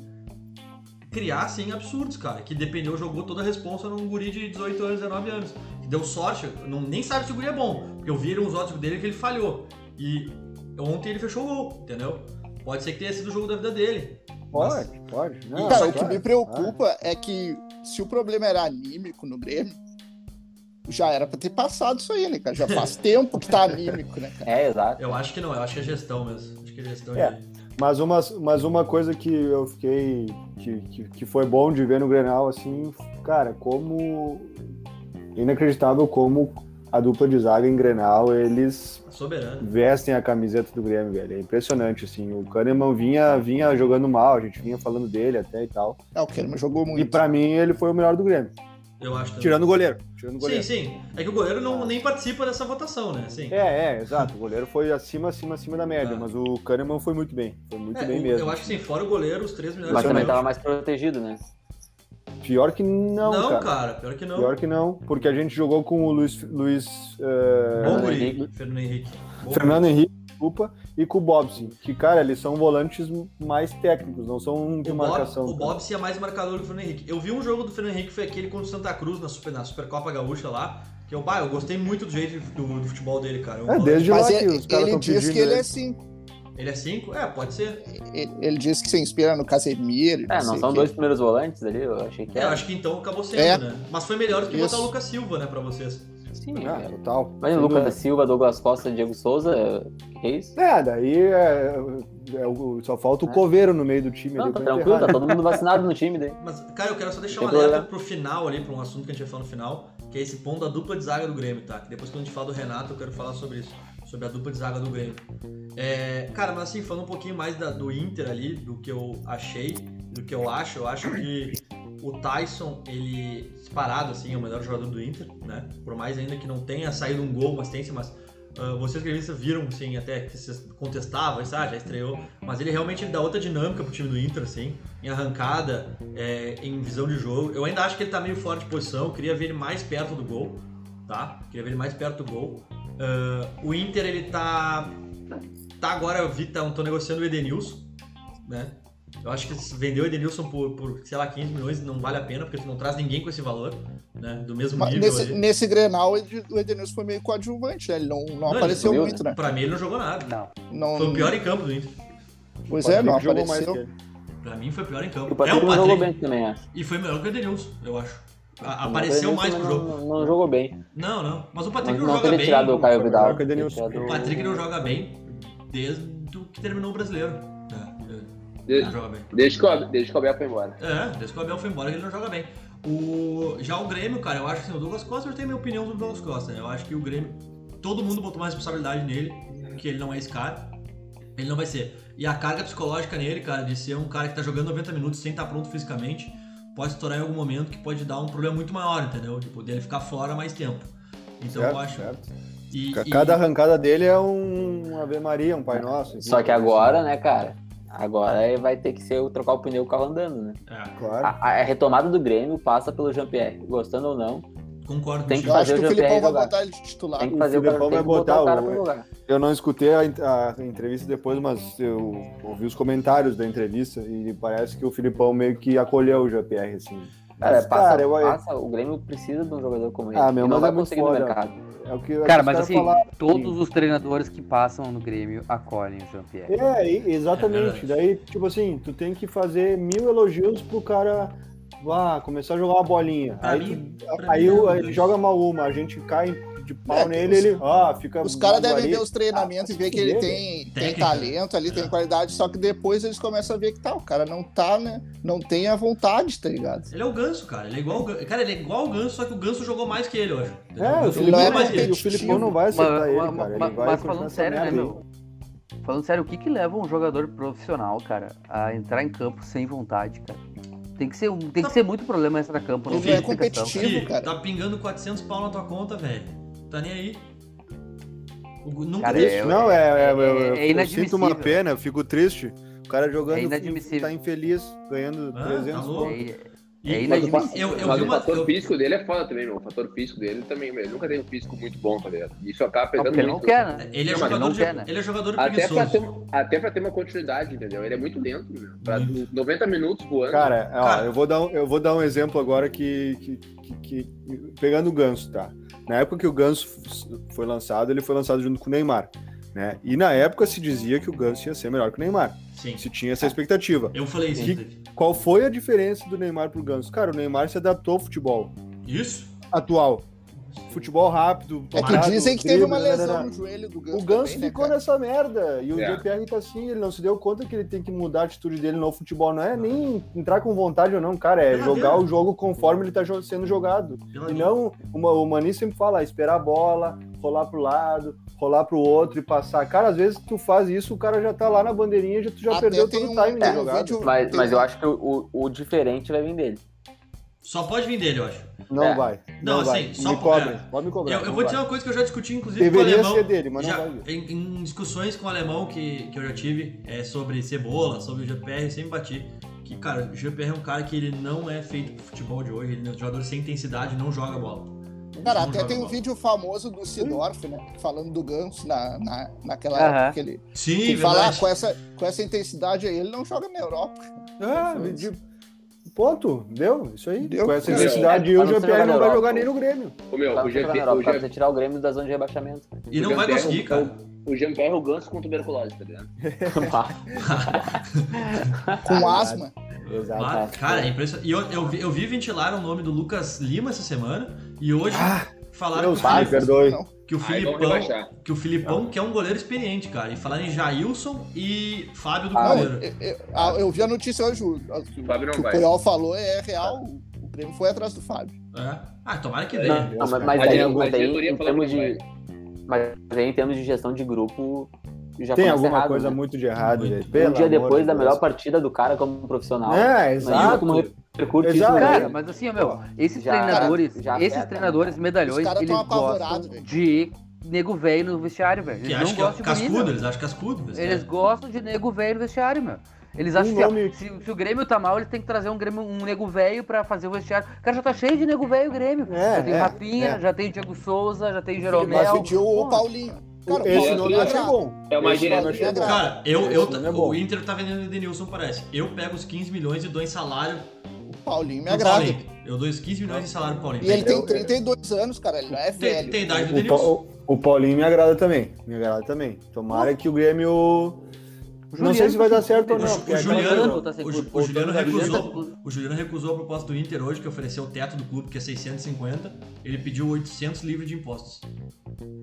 S1: Criar, assim, absurdos, cara. Que dependeu, jogou toda a responsa num guri de 18 anos, 19 anos que deu sorte, eu não, nem sabe se o guri é bom, porque eu vi uns ótimos dele que ele falhou. E ontem ele fechou o gol, entendeu? Pode ser que tenha sido o jogo da vida dele.
S4: Pode, pode. Não, tá
S2: Cara,
S4: claro,
S2: Então, o que me
S4: Ah.
S2: preocupa é que se o problema era anímico no Grêmio, já era pra ter passado isso aí, né, cara? Já faz tempo que tá anímico, né, cara?
S3: É, exato.
S1: Eu acho que não, eu acho que é gestão mesmo. Acho que é gestão
S4: É.
S1: de.
S4: Mas uma, mas uma coisa que eu fiquei. Que, que, que foi bom de ver no Grenal, assim, cara, como. Inacreditável como a dupla de zaga em Grenal, eles
S1: Soberano.
S4: vestem a camiseta do Grêmio, velho. É impressionante, assim. O Kahneman vinha, vinha jogando mal, a gente vinha falando dele até e tal.
S2: É, o Kerman jogou
S4: E
S2: muito.
S4: pra mim, ele foi o melhor do Grêmio.
S1: Eu acho também.
S4: Tirando o goleiro. Tirando
S1: Sim,
S4: o goleiro.
S1: sim. É que o goleiro não, nem participa dessa votação, né? Sim.
S4: É, é, exato. O goleiro foi acima, acima, acima da média,
S1: Ah.
S4: mas o Kahneman foi muito bem. Foi muito
S1: É,
S4: bem
S1: o-
S4: mesmo.
S1: Eu acho que sim, fora o goleiro, os três melhores
S3: Mas também
S1: jogadores-
S3: tava mais protegido, né?
S4: Pior que não,
S1: Não,
S4: cara.
S1: cara. pior que não.
S4: Pior que não, porque a gente jogou com o Luiz, Luiz
S1: Bom
S4: eh,
S3: Fernando
S1: guri,
S3: Henrique.
S1: Fernando Henrique. Bom
S4: Fernando Henrique, desculpa, e com o Bobson, que, cara, eles são volantes mais técnicos, não são de
S1: O Bob,
S4: marcação.
S1: o Bob é mais marcador que o Fernando Henrique. Eu vi um jogo do Fernando Henrique, foi aquele contra o Santa Cruz na, Super, na Supercopa Gaúcha lá. Que eu, bah, eu gostei muito do jeito do, do futebol dele, cara. É um
S4: É,
S1: volante-
S4: desde lá
S2: Mas
S4: que
S2: ele,
S4: os caras
S2: ele
S4: estão
S2: diz
S4: pedindo.
S2: que ele é
S4: né?
S2: assim.
S1: Ele é 5? É, pode ser.
S2: Ele, ele diz que se inspira no Casemiro.
S3: É, não
S2: sei
S3: são
S2: o quê.
S3: dois primeiros volantes ali, eu achei que
S1: É, eu
S3: era.
S1: acho que então acabou sendo,
S2: É.
S1: né? Mas foi melhor do que botar
S2: Isso.
S1: o Lucas Silva, né, pra vocês.
S3: Sim,
S1: é.
S2: assim,
S4: Ah,
S3: cara.
S4: total.
S3: Mas
S4: sem
S3: Lucas
S4: dúvida.
S3: Silva, Douglas Costa, Diego Souza, que isso?
S4: É, daí é, é o- só falta o
S3: É.
S4: coveiro no meio do time.
S3: Não,
S4: ali,
S3: tá
S4: pra
S3: tranquilo,
S4: enterrar,
S3: tá
S4: né?
S3: todo mundo vacinado no time daí.
S1: Mas, cara, eu quero só deixar um
S3: Tem
S1: alerta
S3: problema.
S1: pro final ali, pra um assunto que a gente vai falar no final, que é esse ponto da dupla de zaga do Grêmio, tá? Que depois quando a gente fala do Renato, eu quero falar sobre isso. Sobre a dupla de zaga do Grêmio. É, cara, mas assim, falando um pouquinho mais da- do Inter ali, do que eu achei, do que eu acho, eu acho que o Tyson, ele disparado, assim, é o melhor jogador do Inter, né? Por mais ainda que não tenha saído um gol, uma assistência, mas ah, vocês gremistas viram, assim, até que vocês contestavam, ah, já estreou, mas ele realmente ele dá outra dinâmica pro time do Inter, assim, em arrancada, é, em visão de jogo. Eu ainda acho que ele tá meio fora de posição, eu queria ver ele mais perto do gol, tá? Queria ver ele mais perto do gol. Ah, o Inter, ele tá tá agora, eu vi, tá, tô negociando o Edenilson, né? Eu acho que se vender o Edenilson por, por, sei lá, 15 milhões não vale a pena, porque tu não traz ninguém com esse valor, né? Do mesmo
S2: Mas
S1: nível
S2: nesse,
S1: ali.
S2: nesse Grenal, o Ed- o Edenilson foi meio coadjuvante, né? Ele não, não,
S1: ele
S2: apareceu
S3: subiu,
S2: muito, né?
S1: Pra mim ele não jogou nada.
S5: Não.
S2: Não,
S1: Foi o pior em campo do Inter.
S2: Pois
S4: Patrick
S2: é, não
S4: jogou mais
S2: apareceu.
S4: que ele.
S1: Pra mim foi o pior em
S3: E
S1: campo.
S3: o Patrick
S1: é o
S3: não jogou
S1: Patrick.
S3: bem também, acho.
S1: E foi melhor que o Edenilson, eu acho. A-
S3: O
S1: apareceu
S3: Edenilson
S1: mais pro
S3: não-
S1: jogo.
S3: Não, não jogou bem.
S1: Não, não. Mas o Patrick
S3: Mas
S1: não,
S3: não
S1: joga
S3: teria
S1: bem.
S3: tirado o Caio Vidal.
S4: melhor que o Edenilson.
S3: teria tirado
S1: O Patrick não joga bem desde que terminou o brasileiro. É, ele não
S6: De-
S1: joga bem.
S6: Desde que o Ab- desde que o Abel foi embora.
S1: É, desde que o Abel foi embora, ele não joga bem. O... Já o Grêmio, cara, eu acho que assim, o Douglas Costa, eu tenho minha opinião sobre o Douglas Costa. né? Eu acho que o Grêmio, todo mundo botou uma responsabilidade nele, que ele não é esse cara. Ele não vai ser. E a carga psicológica nele, cara, de ser um cara que tá jogando 90 minutos sem estar pronto fisicamente, pode estourar em algum momento que pode dar um problema muito maior, entendeu? Tipo, dele ficar fora mais tempo. Então
S4: Certo,
S1: eu acho.
S4: certo.
S1: E, e-
S4: Cada arrancada dele é um Ave Maria, um Pai Nosso. enfim.
S3: Só que agora, né, cara? Agora ele vai ter que ser o trocar o pneu com o carro andando, né?
S1: é,
S4: Claro.
S3: A, a- a retomada do Grêmio passa pelo Jean-Pierre. Gostando ou não,
S1: concordo
S3: Tem
S2: Eu
S1: contigo.
S2: acho
S3: Fazer
S2: que o
S3: o
S2: Filipão
S3: Jean-Pierre
S2: vai
S3: jogar.
S2: botar ele de titular.
S3: tem que
S4: O
S3: fazer o, cara,
S4: Filipão
S3: tem que
S4: vai
S3: botar o
S4: botar
S3: cara
S4: o-
S3: pro lugar.
S4: Eu não escutei a, en- a entrevista depois, mas eu ouvi os comentários da entrevista e parece que o Filipão meio que acolheu o JPR, assim.
S3: Cara,
S4: Mas,
S3: passa,
S4: cara, eu- é,
S3: passa, o Grêmio precisa de um jogador como ele.
S4: Ah, meu,
S3: e não
S4: mas
S3: vai
S4: é muito
S3: conseguir no
S4: foda.
S3: mercado.
S4: É o que, é o que
S5: Cara,
S4: os
S5: mas
S4: caras
S5: assim,
S4: falaram.
S5: todos os treinadores que passam no Grêmio acolhem o Jean-Pierre.
S4: É, e- exatamente.
S1: É verdade.
S4: Daí, tipo assim, tu tem que fazer mil elogios pro cara ah, começar a jogar uma bolinha.
S1: Pra
S4: Aí,
S1: mim-
S4: tu-
S1: pra
S4: aí
S1: mim, é um
S4: o-
S1: não,
S4: ele
S1: Deus.
S4: joga mal uma, a gente cai de pau
S2: É,
S4: nele,
S2: os-
S4: ele ó, fica.
S2: Os caras devem
S4: ali.
S2: ver os treinamentos e ver que ele
S4: dele.
S2: tem, tem
S1: Técnica.
S2: talento ali,
S1: É.
S2: tem qualidade, só que depois eles começam a ver que tá, o cara não tá, né? Não tem a vontade, tá ligado?
S1: Ele é o ganso, cara. Ele é igual o ganso. Cara, ele é igual o ganso, só que o ganso jogou mais que ele, eu acho. Entendeu?
S4: É, o
S1: Ganso jogou
S2: não é
S4: Filipão,
S1: mais que ele.
S4: o
S5: Tipo,
S4: Filipão não vai
S5: Mas,
S4: aceitar ele,
S5: mas-
S4: cara. Ele vai
S5: mas- mas
S4: continuar
S5: falando
S4: essa
S5: sério, né,
S4: merda aí.
S5: meu? Falando sério, o que que leva um jogador profissional, cara, a entrar em campo sem vontade, cara? Tem que ser, um- tem que ser muito problema extra campo, não
S1: Ele é
S5: tem explicação.
S2: competitivo.
S1: Gui,
S2: cara.
S1: Tá pingando 400 pau na tua conta, velho. Tá nem aí. O Gu- Nunca
S5: Cara,
S1: deixa.
S5: é-
S4: Não, é, é, eu- eu-
S5: é
S4: eu sinto uma
S5: inadmissível.
S4: pena, eu fico triste. O cara jogando
S5: É inadmissível.
S4: tá infeliz, ganhando
S1: Ah,
S4: 300
S1: tá louco.
S4: pontos.
S5: É,
S1: E-
S5: é
S1: mas
S5: inadmissível.
S1: Eu, eu
S6: Mas
S1: vi
S6: o
S1: uma.
S6: fator
S1: eu-
S6: físico dele é foda também, meu. O fator físico dele também, meu. Ele nunca teve um físico muito bom, tá ligado? E Isso acaba
S5: Não,
S6: pesando
S5: porque ele não
S6: muito.
S5: quer, né?
S1: Ele
S6: Não,
S1: é
S6: mas
S1: jogador
S5: não
S1: de.
S5: quer, né?
S1: Ele é jogador
S6: Até pra, ter,
S1: preguiçoso.
S5: um-
S6: até pra ter uma continuidade, entendeu? Ele é muito lento, meu. Pra
S1: Muito.
S6: 90 minutos voando.
S4: Cara, ó,
S1: Cara.
S4: Eu, vou dar um, eu vou dar um exemplo agora que, que, que- que- Pegando o Ganso, tá? Na época que o Ganso f- foi lançado, ele foi lançado junto com o Neymar. Né? E na época se dizia que o Ganso ia ser melhor que o Neymar.
S1: Sim.
S4: Se tinha essa expectativa.
S1: Eu falei isso,
S4: Que-
S1: David.
S4: Qual foi a diferença do Neymar pro Ganso? Cara, o Neymar se adaptou ao futebol
S1: Isso?
S4: atual. Futebol rápido.
S2: É que
S4: parado,
S2: dizem que teve uma
S1: né,
S4: drible,
S2: lesão
S4: nananã.
S2: no joelho do Ganso.
S4: O Ganso
S2: também, né,
S4: ficou
S2: cara?
S4: nessa merda. E o
S6: É.
S4: GPR tá assim, ele não se deu conta que ele tem que mudar a atitude dele no futebol. Não é nem entrar com vontade ou não, cara. É
S1: Pela
S4: jogar
S1: vida.
S4: o jogo conforme ele tá jo- sendo jogado.
S1: Pela
S4: E não, uma, o Mani sempre fala, esperar a bola, rolar pro lado, rolar pro outro e passar. Cara, às vezes tu faz isso, o cara já tá lá na bandeirinha, já, tu já
S2: Até
S4: perdeu
S2: tem
S4: todo o
S2: um-
S4: time né?
S2: tem
S4: da
S2: um
S4: jogada.
S2: vídeo-
S3: Mas,
S2: tem
S3: mas
S2: um-
S3: eu acho que o, o diferente vai vir dele.
S1: Só pode vir dele, eu acho.
S4: Não
S3: É.
S4: vai.
S1: Não,
S4: Não, vai.
S1: assim, só
S4: me
S1: por-
S4: cobrem,
S1: é.
S4: pode me cobrar.
S1: Eu, eu
S4: não
S1: vou
S4: vai.
S1: dizer uma coisa que eu já discuti, inclusive,
S4: Deveria
S1: com o alemão.
S4: ser dele, mas não
S1: já-
S4: vai vir.
S1: em, em discussões com o alemão que, que eu já tive é, sobre cebola, sobre o GPR, eu sempre bati. Que, cara, o GPR é um cara que ele não é feito pro futebol de hoje, ele é um jogador sem intensidade, não joga bola.
S2: Cara,
S1: Não
S2: até
S1: joga
S2: tem um
S1: bola.
S2: vídeo famoso do Sidorf, né? Falando do Ganso na, na, naquela
S5: Aham.
S2: época que ele.
S1: Sim,
S2: Que
S1: verdade.
S2: falar com essa, com essa intensidade aí, ele não joga na Europa.
S4: Ah, de... Ponto, deu, isso aí. é
S2: Deu.
S4: Com essa
S2: Deu.
S4: intensidade,
S3: Pra
S4: o
S3: não ser
S4: GPR não
S3: jogar na
S4: vai
S3: Europa.
S4: jogar nem no Grêmio.
S6: Ô, meu,
S3: Pra
S6: o
S3: você
S6: GP,
S3: jogar tá
S6: o
S3: na Europa, pra
S6: GP,
S3: você tirar o Grêmio da zona de rebaixamento.
S1: E não
S6: o
S1: vai
S6: Jean-Pierre
S1: conseguir,
S6: é o-
S1: cara.
S6: O Jean-Pierre é o ganso com tuberculose, tá ligado?
S2: Com
S4: verdade.
S2: asma.
S4: Exato.
S1: Lá- cara, é impressionante. E eu, eu, vi- eu vi ventilar o nome do Lucas Lima essa semana e hoje
S4: Ah,
S1: falaram
S4: Deus,
S1: que o
S4: me
S1: Felipe-
S4: perdoe.
S2: Não.
S1: que o
S6: Aí
S7: Ah, então
S6: vamos
S1: Filipão,
S6: rebaixar.
S1: que o Filipão que é um goleiro experiente, cara. E falaram em Jailson e Fábio do
S3: Ah,
S2: Não,
S1: Goleiro.
S2: eu, eu- ah, eu vi a notícia hoje. O, o que
S6: Fábio não
S2: o
S6: vai.
S2: Puyol falou é real. O Grêmio foi atrás do Fábio.
S1: É. Ah, tomara que dê.
S3: Não,
S1: né?
S3: não, mas,
S4: A
S3: mas, daí,
S6: diretoria
S3: mas daí,
S6: falou
S3: em
S6: que
S3: termos
S6: não
S3: de, mas daí, em termos de gestão de grupo, já
S4: Tem
S3: começa
S4: alguma
S3: errado,
S4: coisa
S3: né?
S4: muito de errado,
S1: Muito.
S4: velho.
S3: Um dia
S4: Pelo amor
S3: depois
S4: de
S3: da
S4: Deus.
S3: melhor partida do cara como profissional,
S4: É,
S3: Imagina
S4: exato.
S3: como repercute
S4: Exato.
S3: isso
S2: É.
S3: né? no
S5: Cara,
S3: Grêmio.
S5: mas assim, ó, meu,
S4: Ó,
S5: esses
S3: já-
S5: treinadores,
S3: já afeta,
S5: esses
S3: né?
S5: treinadores
S2: Os
S5: medalhões,
S2: caras tão
S5: eles
S2: apavorados,
S5: gostam
S2: velho.
S5: de nego velho no vestiário, velho.
S1: Que
S5: Eles não
S1: acho que é
S5: gostam de guri,
S1: cascudo,
S5: meu.
S1: eles acham cascudo. mas,
S5: Eles
S1: né?
S5: gostam de nego velho no vestiário, meu. Eles
S4: Um
S5: acham que ó,
S4: nome-
S5: se, se o Grêmio tá mal, eles têm que trazer um, Grêmio, um nego velho pra fazer o vestiário. Cara, já tá cheio de nego velho o Grêmio.
S4: É,
S5: já tem
S4: é,
S5: Rapinha,
S4: é.
S5: já tem o Diego Souza, já tem o
S2: Mas
S5: Jeromel.
S2: pediu o
S5: Pô,
S2: Paulinho. Cara, o
S4: Esse
S2: Paulinho
S4: nome
S2: me
S4: eu achei
S2: agrada.
S4: bom.
S6: É uma
S4: Esse nome eu
S6: geração.
S4: achei bom.
S1: Cara, eu, eu,
S4: Esse não é bom.
S1: o Inter tá vendendo o Edenilson, parece. Eu pego os 15 milhões e dou em salário
S2: O Paulinho me
S1: pro
S2: agrada.
S1: Paulinho. Eu dou os 15 milhões de salário pro Paulinho.
S2: E ele tem
S4: Eu-
S2: 32 anos, cara. Ele não é
S1: tem,
S2: velho.
S1: tem
S6: tá
S1: idade do
S4: O,
S1: Edenilson.
S4: Pa- o- o Paulinho me agrada também. Me agrada também. Tomara que o Grêmio. não
S5: Juliano
S4: sei se vai
S5: tá
S4: dar
S5: sem
S4: certo ou
S1: O
S4: não.
S1: Ju-
S4: porque é
S1: o
S4: aquela
S1: Juliano,
S4: coisa-
S5: tá sem
S1: o Ju-
S5: clube.
S1: o Juliano
S5: Voltando, Juliano tá sem
S1: recusou. O Juliano recusou a proposta do Inter hoje, que ofereceu o teto do clube, que é 650. Ele pediu 800 livre de impostos.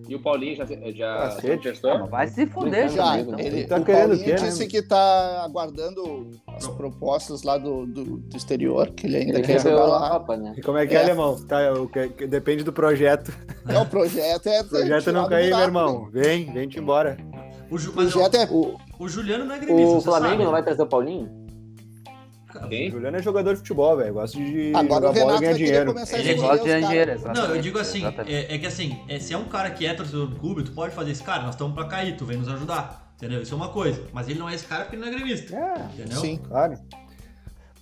S6: E o Paulinho já, já
S4: Cacete.
S5: Ah, mas
S6: testou?
S5: vai se
S3: Brincando,
S5: fuder, então.
S2: Já,
S5: cara.
S3: amigo, né?
S2: ele,
S4: Ele tá
S2: o
S4: querendo
S2: Paulinho
S4: o quê, né?
S2: disse que tá aguardando as propostas lá do, do, do exterior, que ele ainda
S3: Ele
S2: quer
S3: recebeu
S2: jogar
S3: a
S2: lá.
S3: Copa, né?
S4: E como é que é,
S2: É.
S4: alemão? Tá, eu que- que- depende do projeto.
S2: É, o projeto é.
S4: O projeto não cair, meu irmão. Vem, vem te embora.
S1: O, Ju-
S2: né? O
S1: mas, ó,
S2: projeto é.
S3: O,
S1: o Juliano não é gremista,
S3: o
S1: você
S3: Flamengo
S1: sabe,
S3: não vai
S1: né?
S3: trazer o Paulinho?
S6: Quem?
S4: Juliano é jogador de futebol, velho. Gosta de
S2: Agora
S4: jogar bola e
S2: o Renato
S4: ganhar
S2: vai querer
S4: dinheiro.
S2: começar a
S1: Ele
S5: Ele
S2: escolher
S5: gosta
S2: os
S5: de
S2: caras.
S5: dinheiro,
S1: Não, eu
S5: exatamente,
S1: digo assim,
S5: exatamente.
S1: é, é que assim, é, se é um cara que é torcedor do clube, tu pode fazer esse cara, nós estamos pra cair, tu vem nos ajudar, entendeu? Isso é uma coisa. Mas ele não é esse cara porque ele não é gremista,
S4: É,
S1: entendeu?
S2: Sim.
S4: claro.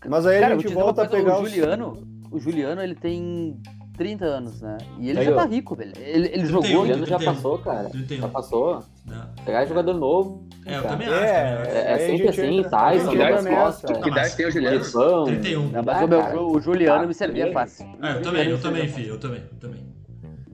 S4: Mas aí
S5: Cara,
S4: a
S5: vou te
S4: gente
S5: dizer uma
S4: volta a
S5: coisa,
S4: pegar
S5: o
S4: os-
S5: Juliano. O Juliano, ele tem 30 anos, né? E ele
S4: Aí,
S5: já
S4: ó.
S5: tá rico, velho. Ele, ele
S1: 31,
S5: jogou.
S3: O Juliano já
S1: 31,
S3: passou, cara.
S1: 31,
S3: Já passou.
S1: né?
S3: Pegar jogador novo.
S1: É, eu
S3: cara.
S1: também acho. também acho.
S4: Tá. É,
S3: É, é
S4: aí a
S3: sempre
S4: gente
S3: assim,
S4: entra-
S3: Tyson,
S4: a gente entra
S3: Douglas
S4: nessa.
S3: Costa,
S1: Não,
S6: Que idade tem o Juliano?
S3: Felipão.
S1: 31.
S5: Não, mas,
S3: Ah,
S5: ô, meu,
S3: cara.
S5: o Juliano me
S3: Ah,
S5: servia fácil.
S1: Ah, eu também, eu também, filho, eu também, eu também.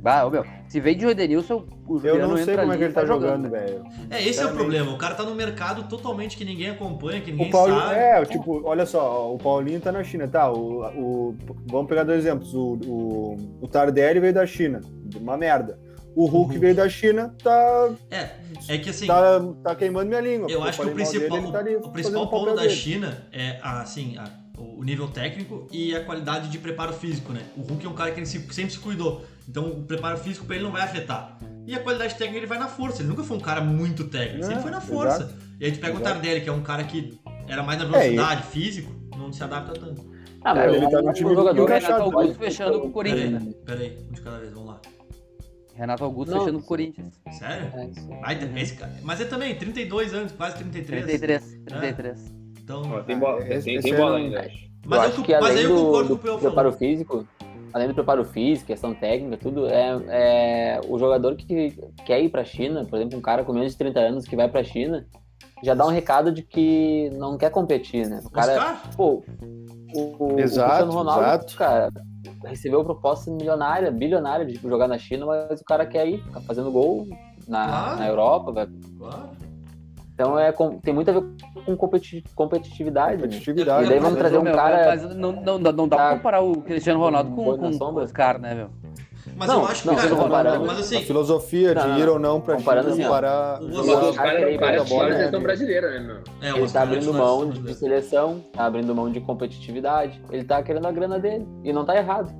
S5: Bah, ô, meu, se vem de Edenilson, o
S4: Eu
S5: Juliano
S4: não sei
S5: entra
S4: como é que ele
S5: ali e
S4: tá jogando, velho.
S1: É, esse é o
S4: Sinceramente.
S1: problema. O cara tá num mercado totalmente que ninguém acompanha, que ninguém
S4: O Paulinho,
S1: sabe.
S4: é, tipo, olha só, ó, o Paulinho tá na China, tá? O, o- vamos pegar dois exemplos. O, o, o Tardelli veio da China, uma merda. O Hulk
S1: Uhum.
S4: veio da China, tá,
S1: É, é que assim,
S4: tá, tá queimando minha língua.
S1: eu
S4: porque
S1: acho que o
S4: falei mal
S1: principal,
S4: dele, ele tá ali
S1: o principal
S4: fazendo papel
S1: ponto da
S4: dele.
S1: China é a- assim, a- o nível técnico e a qualidade de preparo físico, né? O Hulk é um cara que ele se- sempre se cuidou, então o preparo físico pra ele não vai afetar. E a qualidade técnica ele vai na força, ele nunca foi um cara muito técnico,
S4: É,
S1: sempre foi na
S4: exato.
S1: força. E aí a gente pega o
S4: Exato.
S1: Tardelli, que é um cara que era mais na
S4: É, e-
S1: velocidade, físico, não se adapta tanto.
S3: Ah,
S4: Cara, ele
S3: eu
S4: tá
S3: acho
S4: no
S3: um
S4: time
S5: E o é
S3: jogador.
S4: do
S5: Renato
S4: encaixado,
S5: Augusto
S4: né?
S5: fechando com o
S1: Peraí,
S5: Corinthians, né?
S1: peraí, um de cada vez, vamos lá.
S5: Renato Augusto
S3: Não.
S5: fechando com o Corinthians.
S1: Sério?
S3: É, isso.
S1: Ai, esse cara- Mas é também, 32 anos, quase 33.
S5: 33, 33.
S1: Então,
S6: tem bola, tem,
S4: Esse-
S6: tem
S4: esse
S1: um
S6: bola
S4: eu não-
S6: ainda, acho.
S1: mas
S3: eu
S1: eu,
S3: acho
S1: co-
S3: que
S1: mas aí
S3: além
S1: eu
S3: do,
S1: concordo com
S3: do
S1: o Pel
S3: preparo
S1: falando.
S3: físico, além do preparo físico, questão técnica, tudo, é, é o jogador que quer ir pra China, por exemplo, um cara com menos de 30 anos que vai pra China, já dá um recado de que não quer competir, né? O cara,
S1: Oscar?
S3: pô, o, o
S4: Exato,
S3: Cristiano Ronaldo,
S4: exato.
S3: cara, recebeu proposta milionária, bilionária de jogar na China, mas o cara quer ir, ficar fazendo gol na,
S1: Claro.
S3: na Europa, vai
S1: Claro.
S3: Então é, com- tem muito a ver com competi- competitividade. Né?
S4: Competitividade.
S3: E daí vamos
S4: né?
S3: trazer um
S5: Meu,
S3: cara-
S5: Mas não, não, não, não dá
S3: Tá.
S5: pra comparar o Cristiano Ronaldo com,
S3: Boi
S5: com
S3: na sombra.
S5: o Oscar, né, meu?
S1: Mas
S3: Não,
S1: eu acho que,
S3: não,
S1: cara,
S3: tô comparando.
S1: mas
S4: A
S1: assim,
S4: filosofia
S3: Não, não,
S4: de ir ou não pra
S3: comparando
S4: China,
S3: assim, ó.
S4: comparar...
S1: O
S6: Mas
S1: Oscar
S6: os caras
S3: quer ir pra
S6: várias
S3: bola,
S6: times
S3: né?
S6: são brasileiras, né, meu?
S1: é, o
S3: Ele
S1: Oscar
S3: tá
S1: é
S3: abrindo
S1: nacional,
S3: mão de, de
S1: né?
S3: seleção, tá abrindo mão de competitividade, ele tá querendo a grana dele, e não tá errado.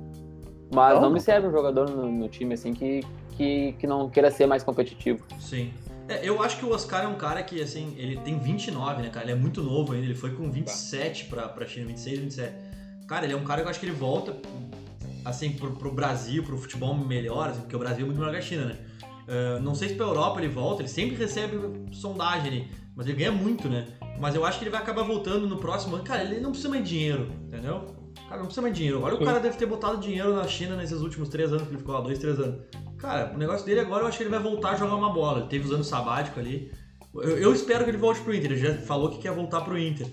S3: Mas
S1: Então?
S5: Não.
S3: não me serve um jogador no, no time assim que, que, que não queira ser mais competitivo.
S1: Sim. É, eu acho que o Oscar é um cara que, assim, ele tem 29, né, cara? Ele é muito novo ainda. Ele foi com 27 pra, pra China, 26, 27. Cara, ele é um cara que eu acho que ele volta, assim, pro, pro Brasil, pro futebol melhor, assim, porque o Brasil é muito melhor que a China, né? Ah, não sei se pra Europa ele volta, ele sempre recebe sondagem ali, mas ele ganha muito, né? Mas eu acho que ele vai acabar voltando no próximo ano. Cara, ele não precisa mais de dinheiro, entendeu? Cara, não precisa mais de dinheiro. Olha, o cara deve ter botado dinheiro na China nesses últimos três anos que ele ficou lá, dois, três anos. Cara, o negócio dele agora eu acho que ele vai voltar a jogar uma bola. Ele teve os anos sabático ali. Eu, eu espero que ele volte pro Inter. Ele já falou que quer voltar pro Inter.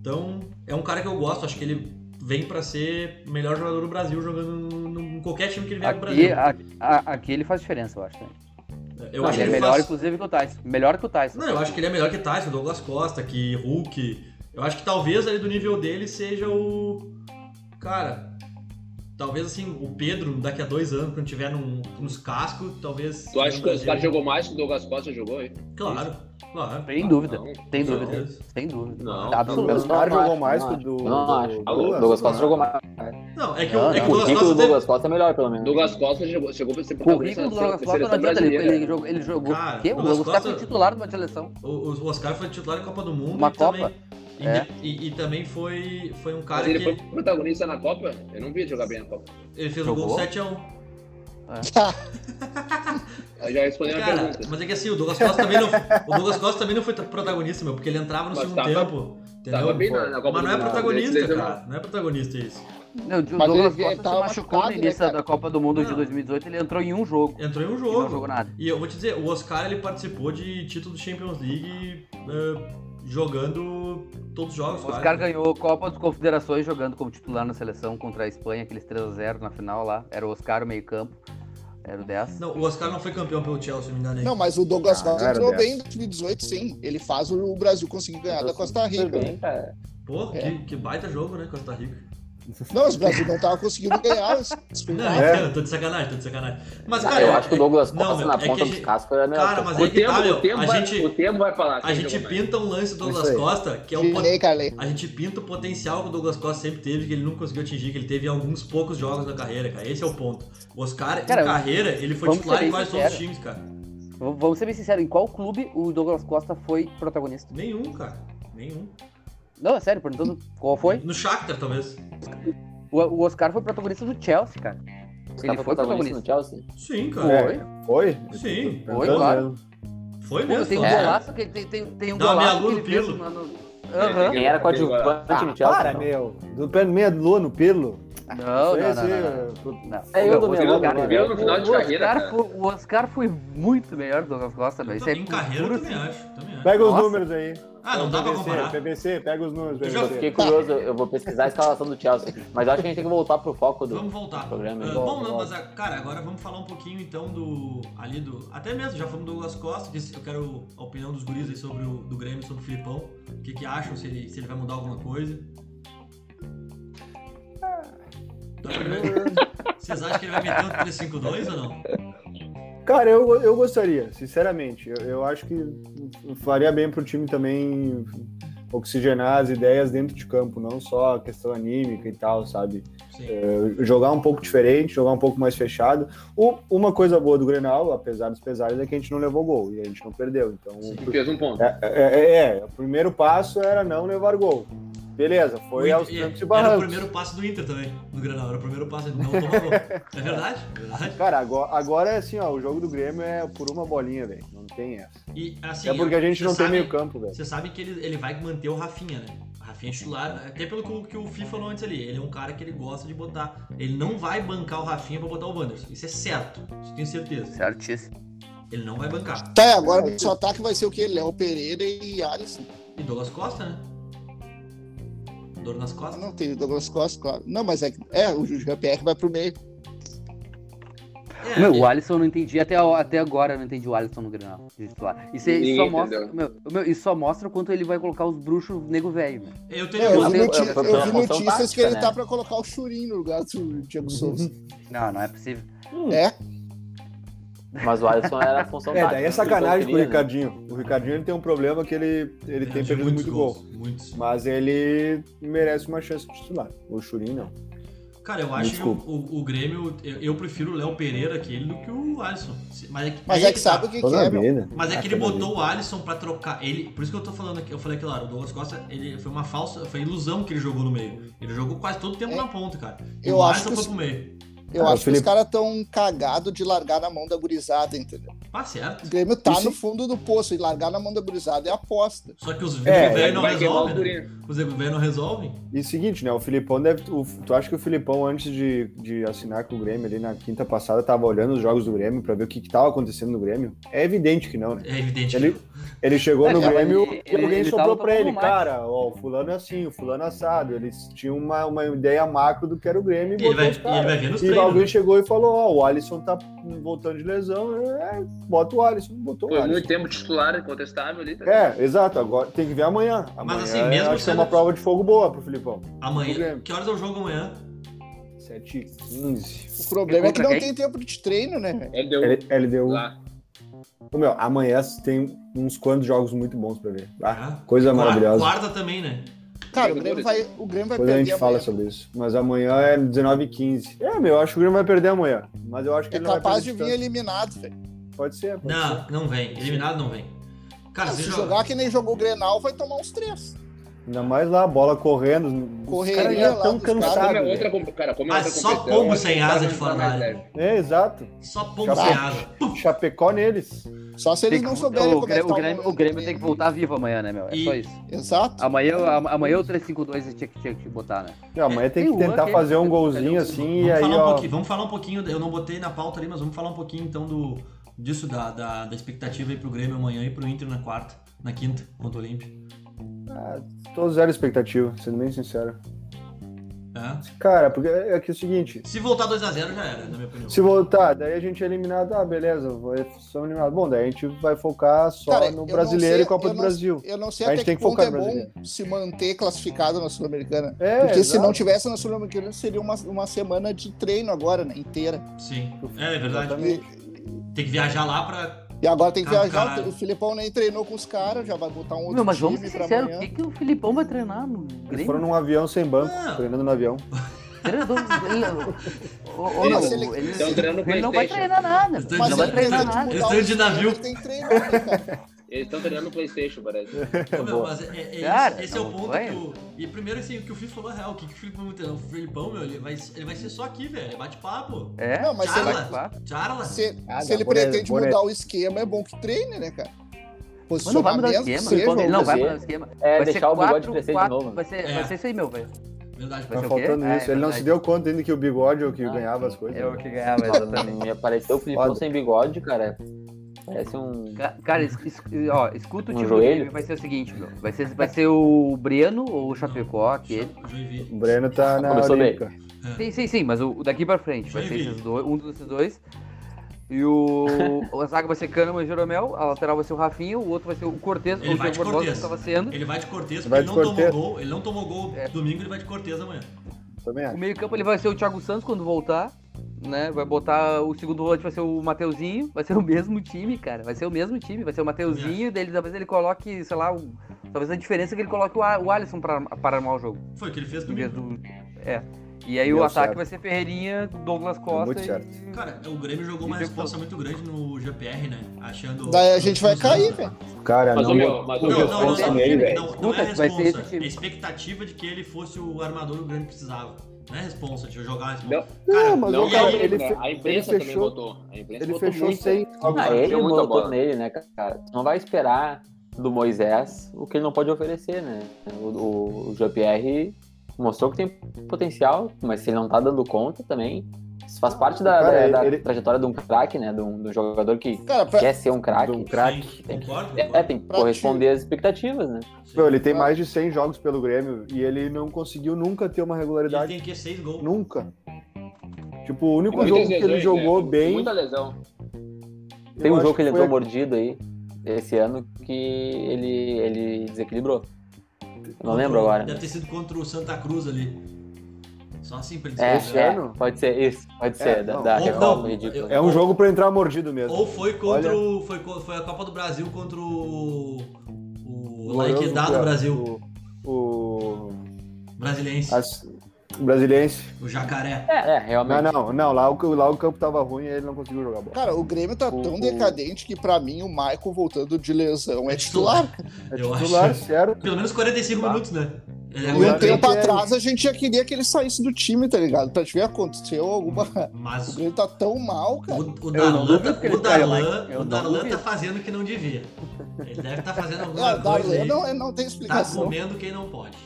S1: Então, é um cara que eu gosto. Acho que ele vem pra ser o melhor jogador do Brasil jogando no- no- em qualquer time que ele vier pro
S5: Aqui,
S1: Brasil.
S5: a- a- aqui ele faz diferença, eu acho. né?
S1: Eu acho que
S5: ele é
S1: ele
S5: melhor,
S1: faz...
S5: inclusive, que o Tyson. Melhor que o Tyson.
S1: Não, eu acho que ele é melhor que Tyson, Douglas Costa, que Hulk. Eu acho que talvez ali do nível dele seja o. Cara. Talvez assim, o Pedro, daqui a dois anos, quando tiver num, nos cascos, talvez.
S6: Tu acha que o
S1: Brasil-
S6: Oscar jogou mais que o Douglas Costa jogou, hein?
S1: Claro, claro.
S5: Sem dúvida,
S6: Não,
S5: sem
S1: Com
S5: dúvida,
S1: certeza.
S5: sem dúvida.
S6: Não.
S5: Tá
S3: Não,
S5: bom.
S4: menos
S3: eu
S4: o
S3: não
S4: cara jogou
S3: acho,
S4: mais
S3: não
S4: que o
S3: acho.
S4: do-
S3: Eu Não acho.
S4: do-
S3: O
S6: do-
S3: Douglas
S4: do-
S3: Costa jogou mais.
S1: Não, é que,
S5: Não,
S1: o, é que
S5: não.
S1: o
S3: O
S1: Douglas
S3: currículo
S1: Costa
S3: do
S1: teve.
S3: Douglas Costa é melhor, pelo menos.
S6: Douglas Costa jogou, chegou pra ser protagonista
S5: Currículo do
S6: da
S5: Douglas Costa não
S6: seleção
S5: adianta, ele, ele
S6: brasileira.
S5: jogou, ele jogou
S1: Cara,
S5: o quê? O
S1: Douglas
S5: Douglas Costa foi
S1: Costa-
S5: titular numa seleção.
S1: O, o Oscar foi titular em Copa do Mundo
S5: Uma
S1: e
S5: Copa.
S1: também. E,
S5: É.
S1: e- e também foi, foi um cara
S6: Mas ele
S1: que.
S6: foi protagonista na Copa? Eu não vi ele jogar bem na Copa.
S1: Ele fez o
S5: Jogou?
S1: gol 7x1.
S6: Eu já respondi a
S1: Cara,
S6: pergunta.
S1: mas é que assim, o Douglas Costa também não. O Douglas Costa também não foi protagonista, meu, porque ele entrava no
S6: Mas
S1: segundo
S6: tava-
S1: tempo. Entendeu?
S6: Tava bem na, na Copa do
S1: Mas não é
S6: Mundo, um
S1: protagonista,
S6: eles- eles-
S1: cara. Não é protagonista isso.
S5: Não, o
S2: Mas
S5: Douglas
S2: ele- ele
S5: Costa se
S2: tava
S5: machucou no
S2: machucado,
S5: início
S2: né, cara?
S5: da Copa do Mundo de
S1: Não.
S5: 2018, ele entrou em um jogo.
S1: Entrou Ah. em um
S5: e
S1: jogo.
S5: Não jogou nada.
S1: E eu vou te dizer, o Oscar ele participou de título do Champions League eh, jogando todos os jogos.
S5: O
S1: quase.
S5: Oscar ganhou a Copa das Confederações jogando como titular na seleção contra a Espanha, aqueles 3x0 na final lá. Era o Oscar o meio-campo, era o 10.
S1: Não, o Oscar não foi campeão pelo Chelsea, se não me engano.
S2: Não, mas o Douglas
S4: Ah,
S2: Costa
S4: era
S2: entrou
S4: dessa.
S2: bem em 2018, sim. Ele faz o Brasil conseguir ganhar da Costa
S1: é
S3: Super
S2: Rica.
S3: bem, cara.
S1: Pô, que-
S2: É.
S1: que, baita jogo, né, Costa Rica.
S2: Não, os Brasil não estavam conseguindo ganhar. os- os
S1: Não,
S2: finais.
S4: É.
S1: eu tô de sacanagem, tô de sacanagem. Mas,
S3: Ah,
S1: cara,
S3: eu acho que o Douglas
S1: não,
S3: Costa
S1: meu, é
S3: na
S1: que
S3: ponta
S1: a
S3: dos
S1: gente-
S3: cascos era melhor.
S1: Cara, mas
S6: O
S1: é que
S6: tempo,
S1: tá, meu.
S6: o, tempo
S1: a
S6: vai,
S1: gente,
S6: o tempo vai falar.
S1: a
S6: quem
S1: gente
S6: jogou mais.
S1: pinta um lance do Douglas
S4: Isso aí.
S1: Costa, que é o pot-
S2: Chinei, Carlei.
S1: a gente pinta o potencial que o Douglas Costa sempre teve, que ele nunca conseguiu atingir, que ele teve em alguns poucos jogos na carreira, cara. Esse é o ponto. O Oscar,
S5: Cara,
S1: em carreira, ele foi
S5: vamos
S1: titular
S5: ser
S1: em
S5: bem
S1: quase todos os
S5: sincero.
S1: times, cara.
S5: V- Vamos ser bem sinceros, em qual clube o Douglas Costa foi protagonista?
S1: Nenhum, cara. Nenhum.
S5: Não, é sério, perguntando qual foi?
S1: No Shakhtar, talvez.
S5: O, o Oscar foi protagonista do Chelsea, cara.
S3: Ele
S1: Tá
S3: foi protagonista no Chelsea?
S1: Sim, cara.
S5: Foi.
S4: É. Oi?
S1: Sim.
S5: Oi, claro.
S1: Foi
S5: Pô,
S1: mesmo.
S5: tem um
S1: cara.
S5: golaço que tem, tem, tem um
S1: Dá uma meia
S5: golaço que
S1: lua
S5: ele
S1: no
S5: fez,
S1: Pirlo.
S5: mano. Aham.
S3: Quem era
S4: Ah,
S3: coadjuvante
S1: tá.
S3: no Chelsea?
S4: para,
S3: não?
S4: meu. Do pé meia do Lua no Pirlo.
S5: Não, não,
S4: Esse,
S5: não, não, não.
S4: tu-
S5: Não.
S3: É eu do
S5: Não,
S3: meu
S5: o
S3: lado,
S5: Oscar-
S3: né?
S6: Pirlo no final de
S5: o
S6: carreira,
S5: Oscar
S6: cara.
S5: foi- O Oscar foi muito melhor do Douglas Costa, velho. Isso é
S1: Em carreira, eu
S5: puro
S1: também acho. Também acho.
S4: Pega os
S5: Nossa.
S4: números aí.
S1: Ah, não dá pra
S4: PVC,
S1: comparar.
S4: PVC, pega os números,
S1: Eu já
S3: Eu
S4: PVC.
S3: fiquei curioso, eu vou pesquisar a escalação do Chelsea. Mas eu acho que a gente tem que voltar pro foco do.
S1: Vamos voltar.
S3: programa,
S1: Ah,
S3: hein?
S1: bom,
S4: Volta,
S1: não,
S4: volta.
S1: mas, ah, cara, agora vamos falar um pouquinho então do. Ali do. Até mesmo, já falamos do Douglas Costa, que eu quero a opinião dos guris aí sobre o do Grêmio, sobre o Filipão. O que, que acham, se ele, se ele vai mudar alguma coisa. Vocês acham que ele vai meter um 3-5-2 ou não?
S4: Cara, eu, eu gostaria, sinceramente. Eu, eu acho que faria bem pro time também oxigenar as ideias dentro de campo, não só a questão anímica e tal, sabe?
S1: Sim.
S4: Eh, jogar um pouco diferente, jogar um pouco mais fechado. O- uma coisa boa do Grenal, apesar dos pesares, é que a gente não levou gol e a gente não perdeu. Então,
S1: Sim.
S6: E fez um ponto.
S4: é, é- é- é, o primeiro passo era não levar gol. Beleza, foi
S1: O
S4: aos
S1: Inter-
S4: trancos e
S1: Era o
S4: barrancos.
S1: primeiro passo do Inter também, no Granal. Era o primeiro passo, ele não tomou gol. É verdade, é verdade.
S4: Cara, agora, agora é assim, ó, o jogo do Grêmio é por uma bolinha, velho. Não tem essa.
S1: E, assim,
S4: é porque a gente
S1: você
S4: não tem
S1: sabe-
S4: meio campo, velho.
S1: Você sabe que ele, ele vai manter o Rafinha, né? O Rafinha é titular, até pelo que, o- que o FIFA falou antes ali. Ele é um cara que ele gosta de botar. Ele não vai bancar o Rafinha pra botar o Wanderson. Isso é certo. Isso eu tenho certeza.
S5: Certíssimo.
S1: Ele não vai bancar.
S2: Tá, e agora o seu ataque vai ser o quê? Léo Pereira e Alisson.
S1: E Douglas Costa, né? Dor nas costas.
S2: Ah, Não, tem o Douglas Costa, claro. Não, mas é que. É, o GPR vai pro meio.
S1: É,
S5: Meu,
S1: ele-
S5: o Alisson eu não entendi. Até, até agora eu não entendi o Alisson no Grenal. de titular. Isso, é- isso
S6: Ninguém
S5: só mostra,
S6: entendeu.
S5: meu, meu, isso só mostra o quanto ele vai colocar os bruxos nego velho. meu.
S1: eu tenho.
S2: Eu,
S5: eu
S2: vi,
S5: sei,
S2: noti-
S5: é,
S2: eu
S5: foi
S2: vi
S3: uma função
S2: notícias que
S3: tática,
S2: ele
S3: né?
S2: tá pra colocar o Churinho no lugar do Diego Souza.
S5: Não, não é possível.
S2: É?
S3: Mas o Alisson era a
S1: Então
S3: função
S4: É,
S1: tá,
S3: tática,
S4: daí é
S3: né?
S4: sacanagem com o
S3: Ele queria, né?
S4: Ricardinho. O Ricardinho ele tem um problema que ele, ele tem
S1: Perdi
S4: perdido muito gol.
S1: gols, Muitos.
S4: Mas ele merece uma chance de titular. O Churinho não.
S1: Cara, eu acho que o,
S4: Desculpa.
S1: o, o Grêmio. Eu, eu prefiro o Léo Pereira que ele do que o Alisson. Se- Mas é que,
S2: Mas
S1: aí
S2: é que
S1: tá.
S2: sabe o que, que
S4: Toda
S2: é, meu.
S4: vida. Tá
S1: Mas é que ele
S4: toda vida.
S1: botou o Alisson pra trocar. Ele, por isso que eu tô falando aqui, eu falei que claro, o Douglas Costa, ele foi uma falsa, foi ilusão que ele jogou no meio. Ele jogou quase todo o tempo
S2: É.
S1: na ponta, cara. E
S2: Eu
S1: o
S2: acho
S1: Alisson
S2: que
S1: foi
S2: os-
S1: pro meio.
S2: Eu
S4: Ah, o
S2: acho que os
S4: Felipe-
S2: caras tão cagados de largar na mão da gurizada, entendeu?
S1: Tá
S2: O
S1: certo.
S2: Grêmio tá
S4: Isso-
S2: no fundo do poço e largar na mão da gurizada é aposta.
S1: Só que os
S4: É,
S1: velhos não
S6: vai queimar os
S1: resolvem. né?
S6: gurinhos.
S1: Os velhos não resolvem.
S4: E seguinte, né? O Filipão deve. o- tu acha que o Filipão, antes de, de assinar com o Grêmio ali na quinta passada, tava olhando os jogos do Grêmio pra ver o que, que tava acontecendo no Grêmio? É evidente que não, né?
S1: É evidente.
S4: Ele-
S1: que-
S4: Ele chegou
S5: É,
S4: no
S5: tava-
S4: Grêmio
S5: ele-
S4: e alguém
S5: ele
S4: soprou
S5: tava
S4: pra ele,
S5: tomando um mais.
S4: cara, ó, o fulano é assim, o fulano é assado. Eles tinham uma, uma ideia macro do que era o Grêmio e
S1: Ele vai,
S4: botou os
S1: ele vai
S4: caras.
S1: ver nos
S4: E
S1: treinos.
S4: alguém
S1: né?
S4: chegou e falou, ó, o Alisson tá voltando de lesão, é, bota o Alisson, botou o
S6: Foi
S4: Alisson.
S6: muito tempo titular, incontestável ali. Tá ligado?
S4: É, exato, agora tem que ver amanhã. amanhã
S1: assim, mesmo
S4: acho que é
S1: sendo-
S4: uma prova de fogo boa pro Filipão. do
S1: Amanhã.
S4: Grêmio.
S1: Que horas é o jogo amanhã?
S4: Tá. 7 e 15.
S2: O problema é que
S5: Contra
S2: não tem
S5: quem?
S2: tempo de treino, né? velho?
S6: Ele deu
S4: Ele, ele deu...
S6: lá.
S4: Ô, meu, amanhã tem uns quantos jogos muito bons pra ver. Ah,
S1: Ah.
S4: coisa
S1: Quarta-
S4: maravilhosa.
S1: Quarta também, né?
S2: Cara, o Grêmio vai, o Grêmio vai
S4: Depois a
S2: perder
S4: gente fala
S2: amanhã.
S4: sobre isso. Mas amanhã é 19h15. É, meu, eu acho que o Grêmio vai perder amanhã. Mas eu acho que
S2: É
S4: ele não
S2: capaz
S4: vai
S2: de vir
S4: perder
S2: eliminado, velho.
S4: tanto. Pode ser, pode
S1: Não, não vem. Eliminado não vem. Cara,
S2: Ah,
S1: se
S2: Se
S1: jogar.
S2: jogar que nem jogou o Grenal, vai tomar uns três.
S4: ser. Ainda mais lá, a bola correndo. os-
S2: Correria
S4: os caras já
S2: lá
S4: estão
S2: dos caras.
S6: Como
S4: cansados.
S6: é
S4: velho.
S6: outra, com- cara, como é
S1: Mas
S6: outra
S1: só
S6: competição,
S1: pombo
S6: acho que
S1: sem
S6: o cara
S1: asa
S6: não
S1: de
S6: tá
S1: fora da
S6: mais
S1: área.
S6: leve.
S4: É, exato.
S1: Só pombo sem
S2: Caraca.
S1: asa.
S4: Chapecó neles.
S2: Só se eles
S5: Tem que-
S2: não souberem
S5: o,
S2: como é que
S5: Grêmio,
S2: tá
S5: o, Grêmio,
S2: momento
S5: o Grêmio
S2: do
S5: tem que
S2: Grêmio.
S5: voltar vivo amanhã, né, meu? É
S1: E-
S5: só isso.
S2: Exato.
S5: Amanhã, am- amanhã o 352 tinha que, tinha que botar, né?
S4: Não, amanhã tem que
S5: Tem o
S4: tentar
S5: Luan,
S4: fazer
S5: tem
S4: um
S5: o-
S4: golzinho
S5: tem o-
S4: assim
S1: Vamos
S4: e aí,
S1: falar um
S4: ó.
S1: pouquinho, vamos falar um pouquinho, eu não botei na pauta ali, mas vamos falar um pouquinho então do disso da, da, da expectativa aí pro Grêmio amanhã e pro Inter na quarta, na quinta, contra o Olímpia.
S4: Tô zero expectativa, sendo bem sincero.
S1: tá?
S4: Cara, porque é que é o seguinte.
S1: Se voltar 2x0 já era, na minha opinião.
S4: Se voltar, daí a gente é eliminado, ah, beleza, vai- são eliminados. Bom, daí a gente vai focar só
S2: Cara, eu
S4: no
S2: não
S4: Brasileiro
S2: sei-
S4: e Copa
S2: eu
S4: do
S2: não-
S4: Brasil.
S2: Eu não sei
S4: A gente
S2: até
S4: tem
S2: que
S4: que
S2: ponto
S4: focar
S2: é
S4: no
S2: bom
S4: brasileiro.
S2: se manter classificado na Sul-Americana.
S4: É,
S2: Porque se
S4: exato.
S2: não tivesse na Sul-Americana, seria uma, uma semana de treino agora, né? Inteira.
S1: Sim. É, é verdade.
S4: Exatamente.
S1: Tem que viajar lá pra.
S2: E agora tem que
S1: Ah,
S2: viajar.
S1: caralho.
S2: O Filipão nem treinou com os caras, já vai botar um outro
S5: Meu, mas
S2: time
S5: vamos ser
S2: pra
S5: sinceros, o
S2: amanhã.
S5: que, que o Filipão vai treinar no
S4: Eles
S5: Grêmio?
S4: foram num avião sem banco,
S5: Ah.
S1: Não.
S4: treinando no avião.
S5: Treinador. Ele, é ô, ô,
S2: Ele-
S5: meu,
S2: se ele-
S5: ele-
S6: Estão treinando
S5: ele não vai
S6: PlayStation.
S5: treinar nada.
S1: Mas
S5: meu.
S1: ele
S5: Ele não vai
S1: tem
S5: treinar né?
S1: que-
S5: nada.
S1: Eles estão de navio.
S2: Eles têm que treinar, né, cara?
S6: Eles estão treinando no Playstation, parece.
S1: Ô, meu, mas é- é- é
S5: Cara,
S1: esse, esse é o
S5: não
S1: ponto
S5: vai.
S1: que o. E primeiro, assim, o que o Fih falou é real. O que, que o Filipão vai ter? O Filipão, meu, ele vai, ele vai ser só aqui, velho. É bate-papo.
S5: É?
S2: Não, mas
S1: Charla.
S2: será
S5: Claro.
S1: Charla.
S2: Se,
S4: Ah,
S2: se
S4: não,
S2: ele
S4: Bonelli,
S2: pretende
S4: Bonelli.
S2: mudar o esquema, é bom que treine, né, cara?
S5: Mas não vai mudar o
S2: Posicionamento,
S5: esquema.
S2: seja
S5: Ele não vai
S3: fazer.
S5: mudar o esquema.
S3: É,
S5: Vai ser
S3: deixar o bigode
S5: 4-4,
S3: crescer de novo. né?
S5: Vai ser,
S1: É.
S5: vai ser isso aí, meu, velho.
S1: Verdade.
S5: Vai
S4: Tá
S5: ser o
S4: faltando
S5: quê? Ah, é
S4: isso. Ele não
S5: verdade.
S4: se deu conta ainda que o bigode é o que
S5: Ah,
S4: ganhava as coisas. né?
S5: É o que ganhava, exatamente.
S3: Me apareceu o Filipão
S4: Foda.
S3: sem bigode, cara. Parece um.
S5: Ca- Cara, es- es- ó, escuta o
S3: No
S5: time do
S3: joelho?
S5: Grêmio, vai ser o seguinte, meu. Vai ser, vai ser o Breno ou o Chapecó, aquele.
S4: O
S1: Joinville.
S4: Breno tá na
S3: Começou bem.
S4: Olímpica.
S5: Sim, sim, sim, mas o o daqui pra frente vai ser
S1: Joinville.
S5: esses dois, um desses dois. E o. A zaga vai ser Cânama e Jeromel, a lateral vai ser o Rafinha, o outro vai ser o Cortez,
S1: Ele
S5: o
S1: vai
S5: Diego
S1: de
S5: Barbosa
S1: Cortez.
S5: que tava sendo.
S1: Ele vai de corteza, porque
S4: Vai
S1: ele não
S4: de Cortez. É.
S1: tomou gol. Ele não tomou gol domingo, ele vai de corteza amanhã.
S4: Também
S5: O
S4: acho.
S5: meio-campo ele vai ser o Thiago Santos quando voltar. né? Vai botar o segundo volante, vai ser o Mateuzinho, vai ser o mesmo time, cara. Vai ser o mesmo time, vai ser o
S7: É.
S5: Mateuzinho, daí ele- talvez ele coloque, sei lá, o- talvez a diferença é que ele coloque o, A- o Alisson pra, para armar o jogo.
S1: Foi o que ele fez
S5: Em
S1: domingo.
S5: vez do. É. E aí
S4: Deu
S5: o ataque
S4: certo.
S5: vai ser Ferreirinha, Douglas Costa.
S4: muito
S5: e-
S4: certo.
S1: Cara, o Grêmio jogou uma
S5: E deu
S1: resposta muito grande no GPR, né? Achando.
S2: Daí a gente vai cair, velho.
S4: Cara,
S7: Mas,
S4: não.
S7: ô, meu, mas, ô,
S4: não,
S1: Não,
S7: meu,
S1: não, não, não,
S4: responsa
S1: não,
S4: nele, velho.
S1: não, não é
S5: Puta, vai ser esse
S1: responsa. É
S5: time.
S1: a expectativa de que ele fosse o armador que o Grêmio precisava. Não é responsa de jogar a
S7: Não.
S1: responsa.
S4: Não, mas
S7: não,
S4: o cara,
S7: cara,
S1: ele
S4: ele, fe-
S7: né? a imprensa
S4: ele
S7: também
S4: fechou-
S7: botou. A imprensa
S4: ele
S7: botou
S4: fechou
S7: muito.
S4: sem.
S7: Ah,
S3: Ah, ele
S7: deu muita
S3: botou
S7: bola.
S3: nele, né, cara? Tu não vai esperar do Moisés o que ele não pode oferecer, né? O, o, o Jean-Pierre mostrou que tem potencial, mas se ele não tá dando conta também, isso faz parte da,
S4: Cara,
S3: da- da
S4: ele-
S3: trajetória de um craque, né? De um, de um jogador que
S2: Cara, pra-
S3: quer ser um craque.
S4: Do- Craque.
S1: Sim, Concordo,
S3: É,
S1: concordo.
S3: tem que
S2: Pra
S3: corresponder às expectativas, né?
S1: Sim.
S4: Meu, ele tem
S2: Ah.
S4: mais de 100 jogos pelo Grêmio e ele não conseguiu nunca ter uma
S1: Ele
S4: regularidade.
S1: tem que seis gols.
S4: Nunca. Tipo, o único
S7: Muitas
S4: jogo que ele
S7: lesões,
S4: jogou
S7: né?
S4: bem.
S7: Muita lesão.
S4: eu
S3: Tem um
S4: acho
S3: jogo que ele
S4: foi
S3: entrou mordido aí, esse ano, que ele, ele desequilibrou. Eu não lembro agora. né?
S1: Deve ter sido contra o Santa Cruz ali. Só assim pra
S3: É,
S1: dizer.
S4: Esse
S3: é,
S4: ano?
S3: pode ser isso, pode ser, da,
S4: É, não.
S3: da
S1: Ou
S3: Recopa,
S1: não,
S3: ridículo.
S1: eu-
S4: É um jogo pra entrar mordido mesmo.
S1: Ou foi contra o. Foi, co- foi a Copa do Brasil contra o. O
S4: Glorioso
S1: Laikidado
S4: Bra-
S1: Brasil.
S4: Um O. o-
S1: Brasiliense.
S4: as- o Brasiliense.
S1: O Jacaré.
S3: É,
S4: Não,
S3: realmente.
S4: não, não. Lá o, lá o campo tava ruim e ele não conseguiu jogar bola.
S2: Cara, o Grêmio tá
S4: O-
S2: tão decadente que pra mim o Michael voltando de lesão é titular.
S4: É
S1: Eu
S4: titular,
S1: acho-
S4: sério.
S1: Pelo menos 45
S4: Tá.
S1: minutos, né? Ele
S4: Eu
S2: E um
S1: aguenta,
S4: tenho
S1: hein?
S2: tempo
S4: Grêmio-
S2: atrás a gente já queria que ele saísse do time, tá ligado? Pra te ver, aconteceu alguma.
S5: Hum.
S2: O
S1: Mas
S2: Grêmio tá tão mal, cara.
S1: O, o
S5: Eu não
S1: Darlan,
S5: duvido
S1: tá,
S5: que ele
S1: o
S5: caia lá, hein?
S1: Darlan-
S5: Eu
S1: o
S5: não
S1: Darlan tá
S5: duvido.
S1: fazendo o que não devia. Ele deve estar fazendo alguma
S2: Ah,
S1: coisa.
S2: Darlan
S1: aí.
S2: não, não tem
S1: tá
S2: explicação.
S1: comendo quem não pode.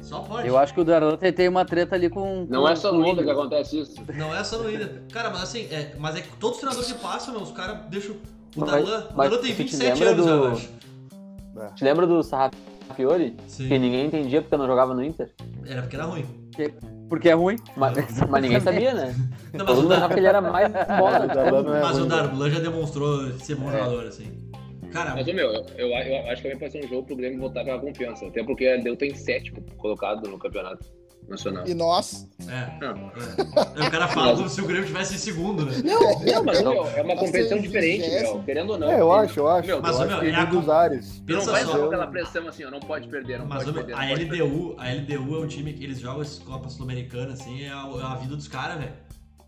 S1: Só pode.
S5: Eu acho que o Darlan tem- tem uma treta ali com.
S7: Não é só
S5: com
S7: no
S5: o
S7: Inter que
S5: Inter.
S7: acontece isso.
S1: Não é só no Ida. Cara, mas assim, é, mas é que todos os treinadores que passam, meu, os caras deixam. O
S3: Mas-
S1: Darlan, o
S3: mas
S1: Darlan tem
S3: tu te
S1: 27
S3: lembra
S1: anos,
S3: do-
S1: eu acho.
S3: Te lembra do Sarrafiori? Que
S5: Hum.
S1: Sim.
S3: ninguém entendia porque eu não jogava no Inter.
S1: Era porque era ruim.
S5: Porque é ruim.
S3: Mas, mas ninguém sabia, né?
S1: Não, mas,
S3: Todo
S1: o
S3: mundo
S1: Dar-
S3: achava que ele era mais
S4: Cara,
S3: bola.
S4: o Darlan não é
S1: mas o
S4: ruim.
S1: Darlan já demonstrou ser bom jogador, assim. Cara,
S7: Mas, ô, meu, eu, eu, eu acho que vai ser um jogo pro Grêmio voltar com a confiança. Até porque a Deu tem sétimo colocado no campeonato nacional.
S2: E nós.
S1: é.
S7: Não,
S1: é. O cara fala como se o Grêmio tivesse em segundo, né?
S7: não, mas meu, é uma
S2: Nós
S7: competição
S2: temos
S7: diferente, meu.
S2: vigésimo.
S7: Querendo ou não.
S4: É, eu
S7: tem-
S4: acho, eu acho.
S7: Meu,
S4: Eu
S1: Mas,
S4: acho
S1: meu,
S4: que
S1: é
S4: ele
S1: a-
S4: dos ares.
S7: Tu não
S1: Pensa
S7: vai
S1: só.
S7: jogar aquela pressão assim, ó, não pode perder, não
S1: Mas
S7: pode
S1: ô, meu,
S7: perder. não
S1: a
S7: pode perder.
S1: LDU, a LDU é o time que eles jogam as Copas Sul-Americanas, assim, é a, é a vida dos caras, velho.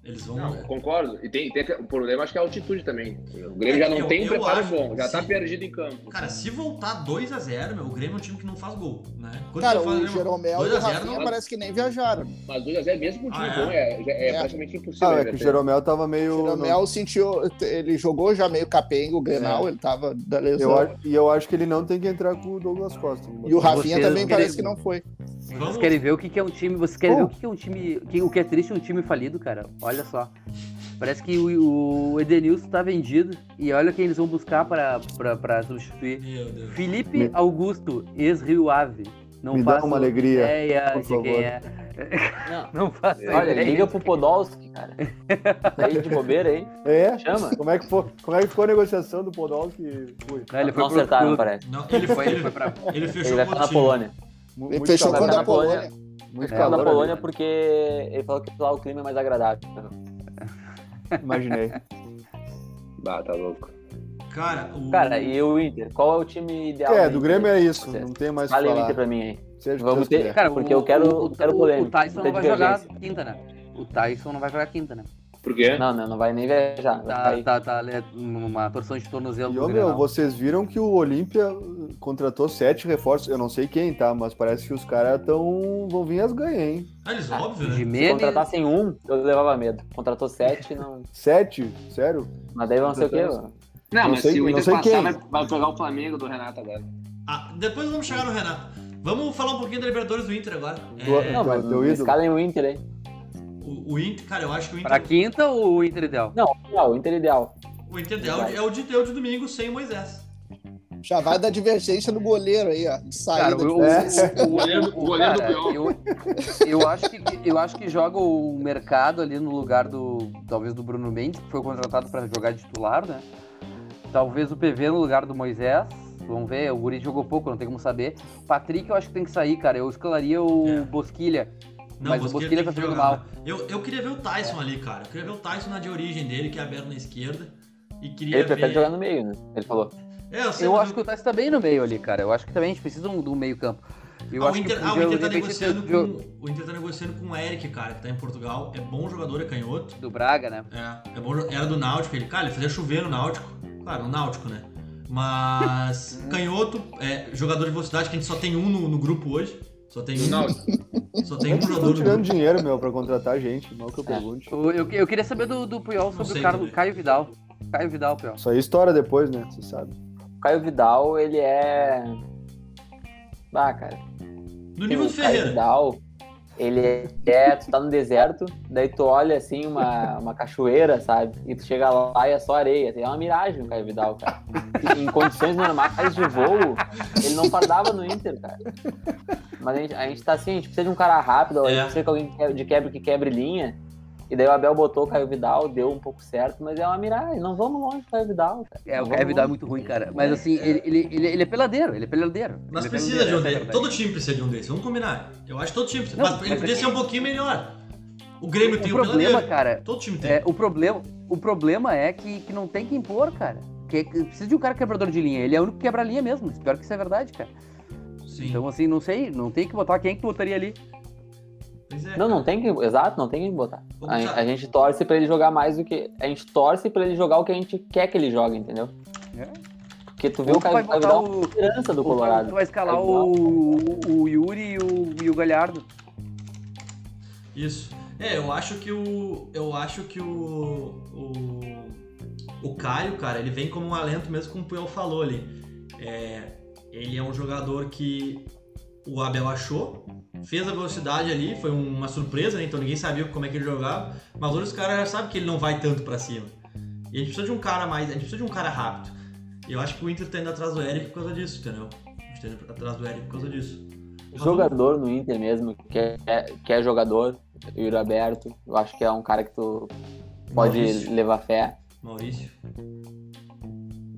S1: Eles vão.
S7: Não, é. concordo. E tem, tem que- o problema acho que é a altitude também. O Grêmio já não
S1: É Eu-
S7: tem um
S1: eu
S7: preparo
S1: acho,
S7: bom, já tá
S1: sim.
S7: perdido em campo.
S1: Cara, se voltar 2x0, meu, o Grêmio é um time que não faz gol, né? Quando
S2: Cara,
S1: você fala,
S2: o
S1: né,
S2: Jeromel e o
S1: 2 a 0
S2: Rafinha
S1: não- é-
S2: parece que nem viajaram.
S7: Mas 2x0 mesmo com o time
S1: Ah, é?
S7: bom é, já- é
S2: É.
S7: praticamente impossível.
S4: Ah,
S7: né,
S4: é que o
S7: velho?
S4: Jeromel tava meio.
S2: O Jeromel sentiu. Ele jogou já meio capenga, o Grenal, ele tava da
S4: É. Eu
S2: lesão.
S4: acho- e eu acho que ele não tem que entrar com o Douglas Costa.
S2: E o Rafinha
S5: Vocês
S2: também
S5: querem-
S2: parece que não foi.
S1: Vamos-
S5: Vocês querem ver o que, que é um time. Vocês querem
S4: Bom.
S5: ver o que, que é um time. que- o que é triste é um time falido, cara. Olha só. Parece que o, o Edenilson tá vendido. E olha quem eles vão buscar pra, pra, pra
S2: é
S5: substituir.
S1: Meu Deus.
S5: Felipe
S4: Me-
S5: Augusto, ex-Rio Ave. Não
S4: Me dá
S5: faço
S4: uma alegria,
S5: ideia
S4: por
S5: de quem
S4: favor.
S5: é.
S3: Não.
S5: Não faço
S3: Olha,
S5: ideia.
S3: liga pro Podolski, cara. Isso aí de bobeira, hein?
S4: É?
S3: Chama.
S4: Como é que foi, como é que foi a negociação do Podolski? Ui,
S5: Não, ele foi
S3: não
S5: pro-
S3: acertaram,
S5: pro-
S3: parece.
S1: Não, ele
S5: foi,
S1: foi.
S5: ele foi
S1: Ele,
S5: pra.
S1: ele
S3: Ele
S1: fechou
S3: vai
S1: com
S3: ficar
S1: o
S3: na
S1: time.
S3: Polônia.
S4: mu-
S2: Ele
S4: muito
S2: fechou
S3: calor,
S2: com
S4: calor,
S2: a da
S3: né?
S2: Polônia.
S4: Muito
S5: É,
S3: Ficar
S4: calor,
S3: na
S4: né?
S3: Polônia porque ele falou que lá o clima é mais agradável.
S4: Imaginei.
S7: Bah, tá louco.
S1: Cara, o.
S3: Cara,
S5: Hum.
S3: e o Inter? Qual é o time ideal?
S4: É, do Grêmio é isso.
S3: Vocês-
S4: Não tem mais o que
S3: Fala aí o
S4: falar.
S3: Inter pra mim aí.
S4: Seja o que
S3: Vamos
S4: Deus
S3: ter-
S4: quiser.
S5: Cara,
S3: Porque eu quero- quero polêmuca,
S5: O Tyson não
S3: muita
S5: vai jogar
S3: divergência.
S5: quinta, né? O Tyson não vai jogar quinta, né?
S7: Por quê?
S3: Não, não, não vai nem viajar. Vai
S5: Tá,
S3: cair.
S5: tá, tá, é uma torção de tornozelo.
S4: E,
S5: no
S4: ô,
S5: Grenal.
S4: meu, vocês viram que o Olímpia contratou sete reforços. Eu não sei quem, tá? Mas parece que os caras tão... vão vir as ganhas, hein?
S1: Ah, eles,
S5: Ah,
S1: óbvio,
S5: o
S1: né?
S3: Se
S5: Jimenez,
S3: contratassem um, eu levava medo. Contratou sete, não.
S4: Sete? Sério?
S3: Mas daí vão ser o quê? mano?
S7: Não,
S4: Não
S7: mas
S4: sei-
S7: se o
S4: não
S7: Inter
S4: sei
S7: passar,
S4: quem.
S7: vai, vai pegar o Flamengo do Renato agora.
S1: Ah, depois vamos chegar no Renato. Vamos falar um pouquinho da Libertadores do Inter agora. É,
S3: Não,
S4: Teu-
S3: mas
S4: teu ídolo.
S3: escalem o Inter, hein?
S1: o, o Inter, cara, eu acho que o
S5: pra
S1: Inter.
S5: quinta ou o Inter ideal?
S3: Não, o Inter é ideal.
S1: O Inter é o, de- é o de, é o de domingo sem o Moisés.
S2: Já vai dar divergência no goleiro aí, ó. De
S5: Cara,
S2: saída.
S5: o, o,
S4: É.
S5: o-
S7: O goleiro- o goleiro
S5: cara,
S7: do Piol.
S5: eu, eu acho que eu acho que joga o mercado ali no lugar do talvez do Bruno Mendes, que foi contratado pra jogar de titular, né? Talvez o PV no lugar do Moisés. Vamos ver, o Guri jogou pouco, não tem como saber. Patrick, eu acho que tem que sair, cara. Eu escalaria o
S1: É.
S5: Bosquilha.
S1: Não,
S5: mas o Bosquilha
S1: tem
S5: tá
S1: que
S5: jogando
S1: jogar. né?
S5: mal.
S1: Eu, eu queria ver o Tyson ali, cara. Eu queria ver o Tyson na de origem dele, que é aberto na esquerda. E queria
S3: Ele
S1: ver.
S3: prefere jogar no meio, né? Ele falou.
S1: É, eu sei,
S5: Eu
S1: mas
S5: acho que o Tyson tá bem no meio ali, cara. Eu acho que também a gente precisa de um- de um meio campo. Eu
S1: Ah, o
S5: acho
S1: Inter,
S5: que
S1: ah, o
S5: podia,
S1: Inter tá
S5: de repente,
S1: negociando
S5: esse jogo
S1: com, o Inter tá negociando com o Eric, cara, que tá em Portugal. É bom jogador, é canhoto.
S5: do Braga, né?
S1: É, é bom, jo- era do Náutico. Ele, cara, ele fazia chover no Náutico. Claro, no Náutico, né? Mas canhoto, é, jogador de velocidade, que a gente só tem um no, no grupo hoje. Só tem um. Só tem um
S4: Onde vocês
S1: jogador É.
S4: estão
S1: no
S4: tirando
S1: grupo.
S4: dinheiro, meu, pra contratar gente? Mal que eu pergunte.
S5: Eu, eu- eu queria saber do, do Puyol sobre
S1: sei né?
S5: o Carlo,
S1: também.
S5: Caio Vidal. Caio Vidal, Puyol.
S4: Isso aí estoura depois, né? Você sabe.
S3: O Caio Vidal, ele é. Ah, cara.
S1: No nível do
S3: o Caio
S1: Ferreira.
S3: Vidal, um ele é. Tu tá no deserto, daí tu olha assim uma, uma cachoeira, sabe? E tu chega lá e é só areia. É uma miragem o Caio Vidal, cara. Em condições normais de voo, ele não fardava no Inter, cara. Mas a gente, a gente tá assim, a gente precisa de um cara rápido, a
S1: É.
S3: gente precisa de alguém que que- de quebra que quebre linha. E daí o Abel botou o Caio Vidal, deu um pouco certo, mas é uma miragem. Não vamos longe do Caio Vidal, cara.
S5: É,
S3: Não
S5: o Caio
S3: vamos
S5: Vidal é
S3: longe.
S5: muito ruim, cara. Mas assim, ele, ele, ele, ele é peladeiro, ele é peladeiro.
S1: Mas
S5: Ele é
S1: precisa de
S5: peladeiro,
S1: um
S5: essa é a
S1: desses.
S5: verdade.
S1: Todo time precisa de um desses. Vamos combinar. Eu acho que todo time precisa.
S5: Não,
S1: mas ele
S5: mas
S1: podia
S5: é que-
S1: ser um pouquinho melhor. O Grêmio tem
S5: O
S1: um
S5: problema,
S1: peladeiro.
S5: cara,
S1: Todo time tem.
S5: é, o problema, o problema é que, que não tem quem pôr, cara. Que, que precisa de um cara quebrador de linha. Ele é o único que quebra linha mesmo. Espero que isso é verdade, cara.
S1: Sim.
S5: Então, assim, não sei, não tem que botar quem que tu botaria ali.
S1: Pois é, cara.
S3: Não, não tem que. Exato, não tem que botar.
S1: Vamos
S3: A,
S1: usar.
S3: a gente torce pra ele jogar mais do que. A gente torce pra ele jogar o que a gente quer que ele jogue, entendeu?
S5: É.
S3: Porque tu viu
S5: Ou
S3: o
S5: tu vai
S3: cara vai
S5: botar
S3: dar uma
S5: o.
S3: esperança do
S5: ou tu vai-
S3: Colorado.
S5: Tu vai escalar o, o Yuri e o, e o Galhardo.
S1: Isso. É, eu acho que o. Eu acho que o. O, o Caio, cara, ele vem como um alento mesmo, como o Puyol falou ali. É, ele é um jogador que o Abel achou, fez a velocidade ali, foi uma surpresa, né? Então ninguém sabia como é que ele jogava. Mas hoje os caras já sabem que ele não vai tanto pra cima. E a gente precisa de um cara mais. A gente precisa de um cara rápido. E eu acho que o Inter tá indo atrás do Eric por causa disso, entendeu? A gente tá indo atrás do Eric por causa disso.
S5: um
S1: Mas vamos-
S3: Jogador no Inter mesmo, que é, que é jogador, Yuri Aberto, eu acho que é um cara que tu pode
S1: Maurício.
S3: levar fé.
S1: Maurício.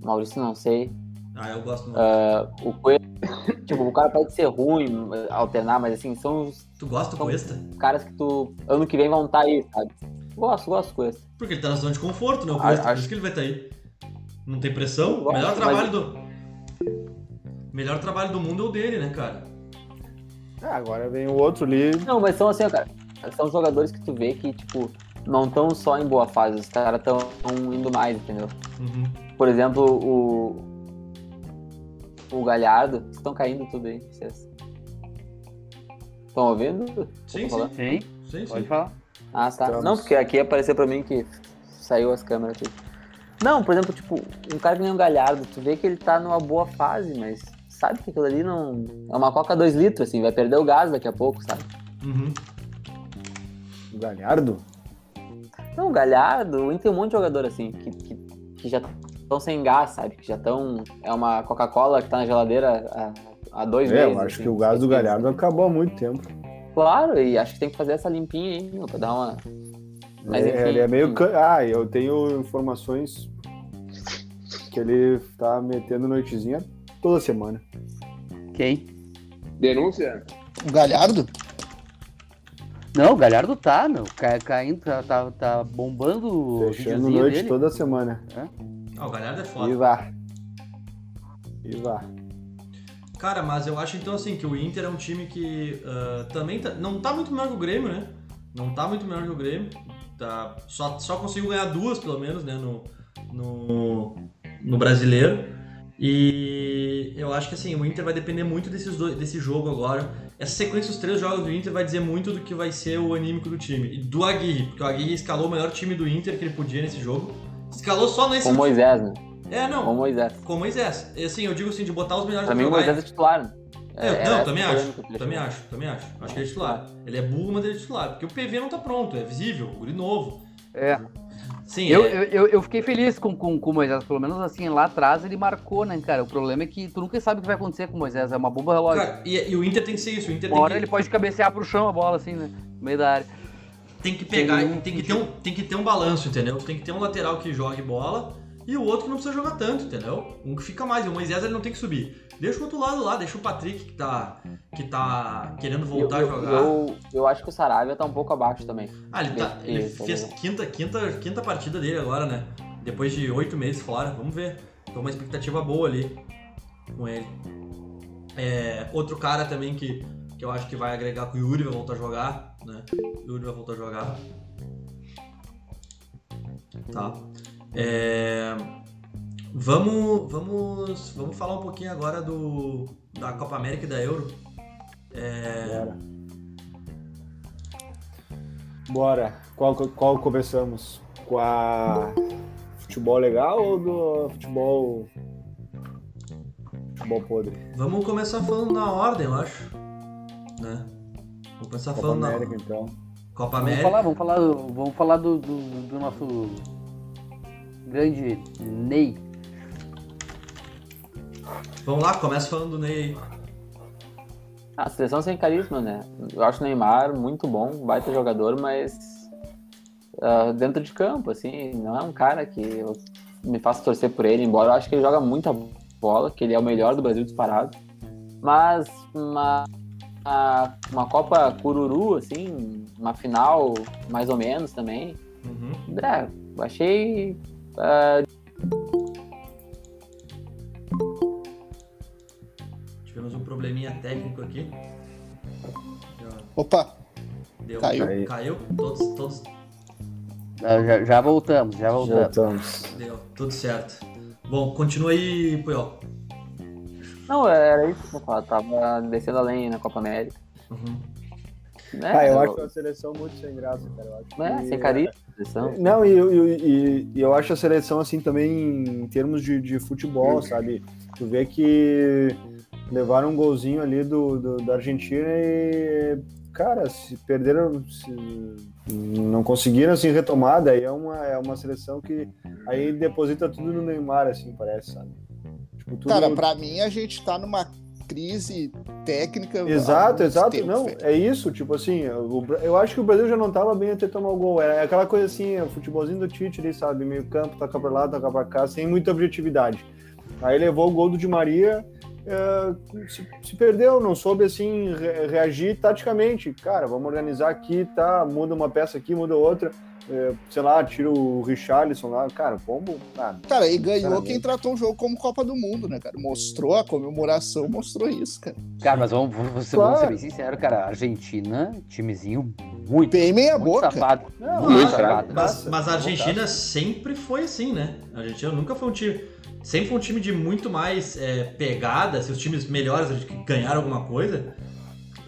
S3: Maurício, não sei.
S1: Ah, eu gosto do
S3: O Cuesta, tipo, o cara pode ser ruim, alternar, mas assim, são os
S1: Tu gosta do
S3: Como-
S1: Cuesta?
S3: caras que tu, ano que vem, vão estar aí, sabe? Gosto, gosto do Cuesta.
S1: Porque ele tá na zona de conforto, né? O
S3: Ah,
S1: Cuesta, por
S3: acho-
S1: isso que ele vai estar aí. Não tem pressão.
S3: Eu gosto,
S1: melhor
S3: mas-
S1: trabalho do. Melhor trabalho do mundo é o dele, né, cara?
S4: Ah, agora vem o outro ali.
S3: Não, mas são assim, ó, cara. São jogadores que tu vê que, tipo, não estão só em boa fase, os caras estão indo mais, entendeu?
S1: Uhum.
S3: Por exemplo, o. O Galhardo, estão caindo tudo aí, vocês. Estão ouvindo?
S1: Sim,
S3: Vou
S1: sim,
S5: Sim,
S1: sim,
S5: pode
S1: sim.
S5: falar.
S3: Ah, tá.
S4: Estamos.
S3: Não, porque aqui apareceu pra mim que saiu as câmeras aqui. Não, por exemplo, tipo, um cara que nem o Galhardo, tu vê que ele tá numa boa fase, mas sabe que aquilo ali não. É uma coca 2 litros, assim, vai perder o gás daqui a pouco, sabe?
S1: Uhum.
S4: O Galhardo?
S3: Não, o Galhardo, o Inter um tem um monte de jogador assim, que, que, que já estão sem gás, sabe? Que já estão. É uma Coca-Cola que tá na geladeira há, há dois
S4: É,
S3: meses.
S4: eu acho
S3: assim.
S4: que o gás do Galhardo acabou há muito tempo.
S3: Claro, e acho que tem que fazer essa limpinha aí, meu, pra dar uma. Mas
S4: É,
S3: enfim,
S4: ele é meio.
S3: enfim.
S4: can- Ah, eu tenho informações que ele tá metendo noitezinha toda semana.
S5: Quem?
S7: Denúncia?
S2: O Galhardo?
S5: Não, o Galhardo tá, meu. Ca- caindo, tá, tá, tá bombando o
S4: Fechando
S5: videozinho
S4: noite
S5: dele.
S4: toda semana.
S1: Ah, o Galhardo é foda.
S4: E vá. E vá.
S1: Cara, mas eu acho então assim que o Inter é um time que ah, também tá- não tá muito melhor que o Grêmio, né? Não tá muito melhor que o Grêmio. Tá, só, só conseguiu ganhar duas, pelo menos, né? No, no, no brasileiro. E eu acho que assim, o Inter vai depender muito desses dois, desse jogo agora. Essa sequência dos três jogos do Inter vai dizer muito do que vai ser o anímico do time. E do Aguirre, porque o Aguirre escalou o melhor time do Inter que ele podia nesse jogo. Escalou só nesse.
S3: Com o Moisés, né?
S1: É,
S3: Com o
S1: não.
S3: Moisés.
S1: Com o Moisés. E, Assim, eu digo assim, de botar os melhores
S3: Pra mim, o
S1: jogar
S3: Moisés é titular, né?
S1: é,
S3: Era
S1: não,
S3: essa
S1: também
S3: a
S1: acho,
S3: polêmica que eu
S1: também
S3: tinha.
S1: acho, também acho. Acho que ele é titular. Ele é burro, mas ele é titular. Porque o PV não tá pronto, é visível, guri novo.
S5: É.
S1: Sim,
S5: Eu,
S1: é,
S5: eu, eu- eu fiquei feliz com, com, com o Moisés, pelo menos assim, lá atrás ele marcou, né, cara? O problema é que tu nunca sabe o que vai acontecer com o Moisés, é uma bomba relógio.
S1: cara, e, e o Inter tem que ser isso, o Inter
S5: Uma
S1: tem
S5: hora
S1: que,
S5: ele pode cabecear pro chão a bola, assim, né? No meio da área.
S1: tem que pegar,
S5: tem um
S1: tem, que ter um, tem que ter um balanço, entendeu? Tem que ter um lateral que jogue bola e o outro que não precisa jogar tanto, entendeu? Um que fica mais, e o Moisés ele não tem que subir. Deixa o outro lado lá, deixa o Patrick que tá, que tá querendo voltar
S3: eu,
S1: a
S3: eu,
S1: jogar.
S3: eu, eu acho que o Saravia tá um pouco abaixo também.
S1: Ah, ele, tá, ele
S3: Isso,
S1: fez
S3: né?
S1: quinta, quinta, quinta partida dele agora, né? Depois de oito meses fora, vamos ver. Tô uma expectativa boa ali com ele. É, outro cara também que, que eu acho que vai agregar que o Yuri vai voltar a jogar, né? O Yuri vai voltar a jogar. Tá. É, vamos, vamos, vamos falar um pouquinho agora do, da Copa América e da Euro.
S4: Bora. Bora. Qual, qual começamos? Com a futebol legal ou do futebol. Futebol podre?
S1: Vamos começar falando na ordem, eu acho. Né? Vou começar
S4: Copa
S1: Tá falando
S4: América,
S1: na
S4: então.
S1: Copa
S5: Vamos
S1: América.
S5: falar, vamos falar, do- vamos falar do, do- do nosso grande Ney.
S1: Vamos lá, começa falando do Ney. aí.
S3: Ah, a seleção sem carisma, né? Eu acho o Neymar muito bom, baita jogador, mas ah, dentro de campo, assim, não é um cara que eu me faço torcer por ele, embora eu acho que ele joga muita bola, que ele é o melhor do Brasil disparado. Mas uma, uma, uma Copa Cururu, assim, uma final mais ou menos também,
S1: Uhum.
S3: é, eu achei
S1: Tivemos um probleminha técnico aqui. Já
S2: Opa,
S1: Deu.
S2: Caiu.
S1: Caiu. Todos, todos.
S5: Ah, Já, já voltamos, já voltamos.
S4: Voltamos.
S1: Deu. Tudo certo. Bom, continua aí, Puyol.
S3: Não, era isso que eu ia falar, tava descendo além na Copa América.
S1: Uhum.
S3: Né?
S4: Ah, eu acho a seleção muito sem graça, cara. Eu acho
S3: né?
S4: que-
S3: Sem carisma, seleção.
S4: Não, e, e- e- e eu acho a seleção assim também em termos de, de futebol, sabe? Tu vê que levaram um golzinho ali do, do- da Argentina e, cara, se perderam, se- não conseguiram assim retomar, daí é uma, é uma seleção que aí deposita tudo no Neymar, assim, parece, sabe? Tipo, tudo-
S2: cara, pra mim a gente tá numa crise técnica. há
S4: Exato,
S2: muito
S4: exato.
S2: tempo,
S4: não,
S2: velho.
S4: é isso. Tipo assim, o Bra- eu acho que o Brasil já não tava bem até tomar o gol. Era aquela coisa assim, o futebolzinho do Tite ali, sabe? Meio campo, toca pra lá, toca pra cá, sem muita objetividade. Aí levou o gol do Di Maria, eh, se, se perdeu, não soube assim re- reagir taticamente. Cara, vamos organizar aqui, tá? Muda uma peça aqui, muda outra. Eh, sei lá, tira o Richarlison lá. Cara, pombo. Ah,
S2: Cara, e ganhou
S4: Cara,
S2: quem tratou um jogo como Copa do Mundo, né, cara? Mostrou a comemoração, mostrou isso, cara.
S5: Cara, mas vamos, vamos- vamos ser,
S4: Claro.
S5: bem sinceros, cara. Argentina, timezinho muito,
S2: Bem meia
S5: muito
S2: boca.
S5: safado.
S4: não,
S5: muito
S1: mas-
S5: safado.
S1: Mas,
S4: Passa,
S1: mas a
S4: vontade.
S1: Argentina sempre foi assim, né? A Argentina nunca foi um time. Sempre foi um time de muito mais é, pegada. Se os times melhores que ganharam alguma coisa.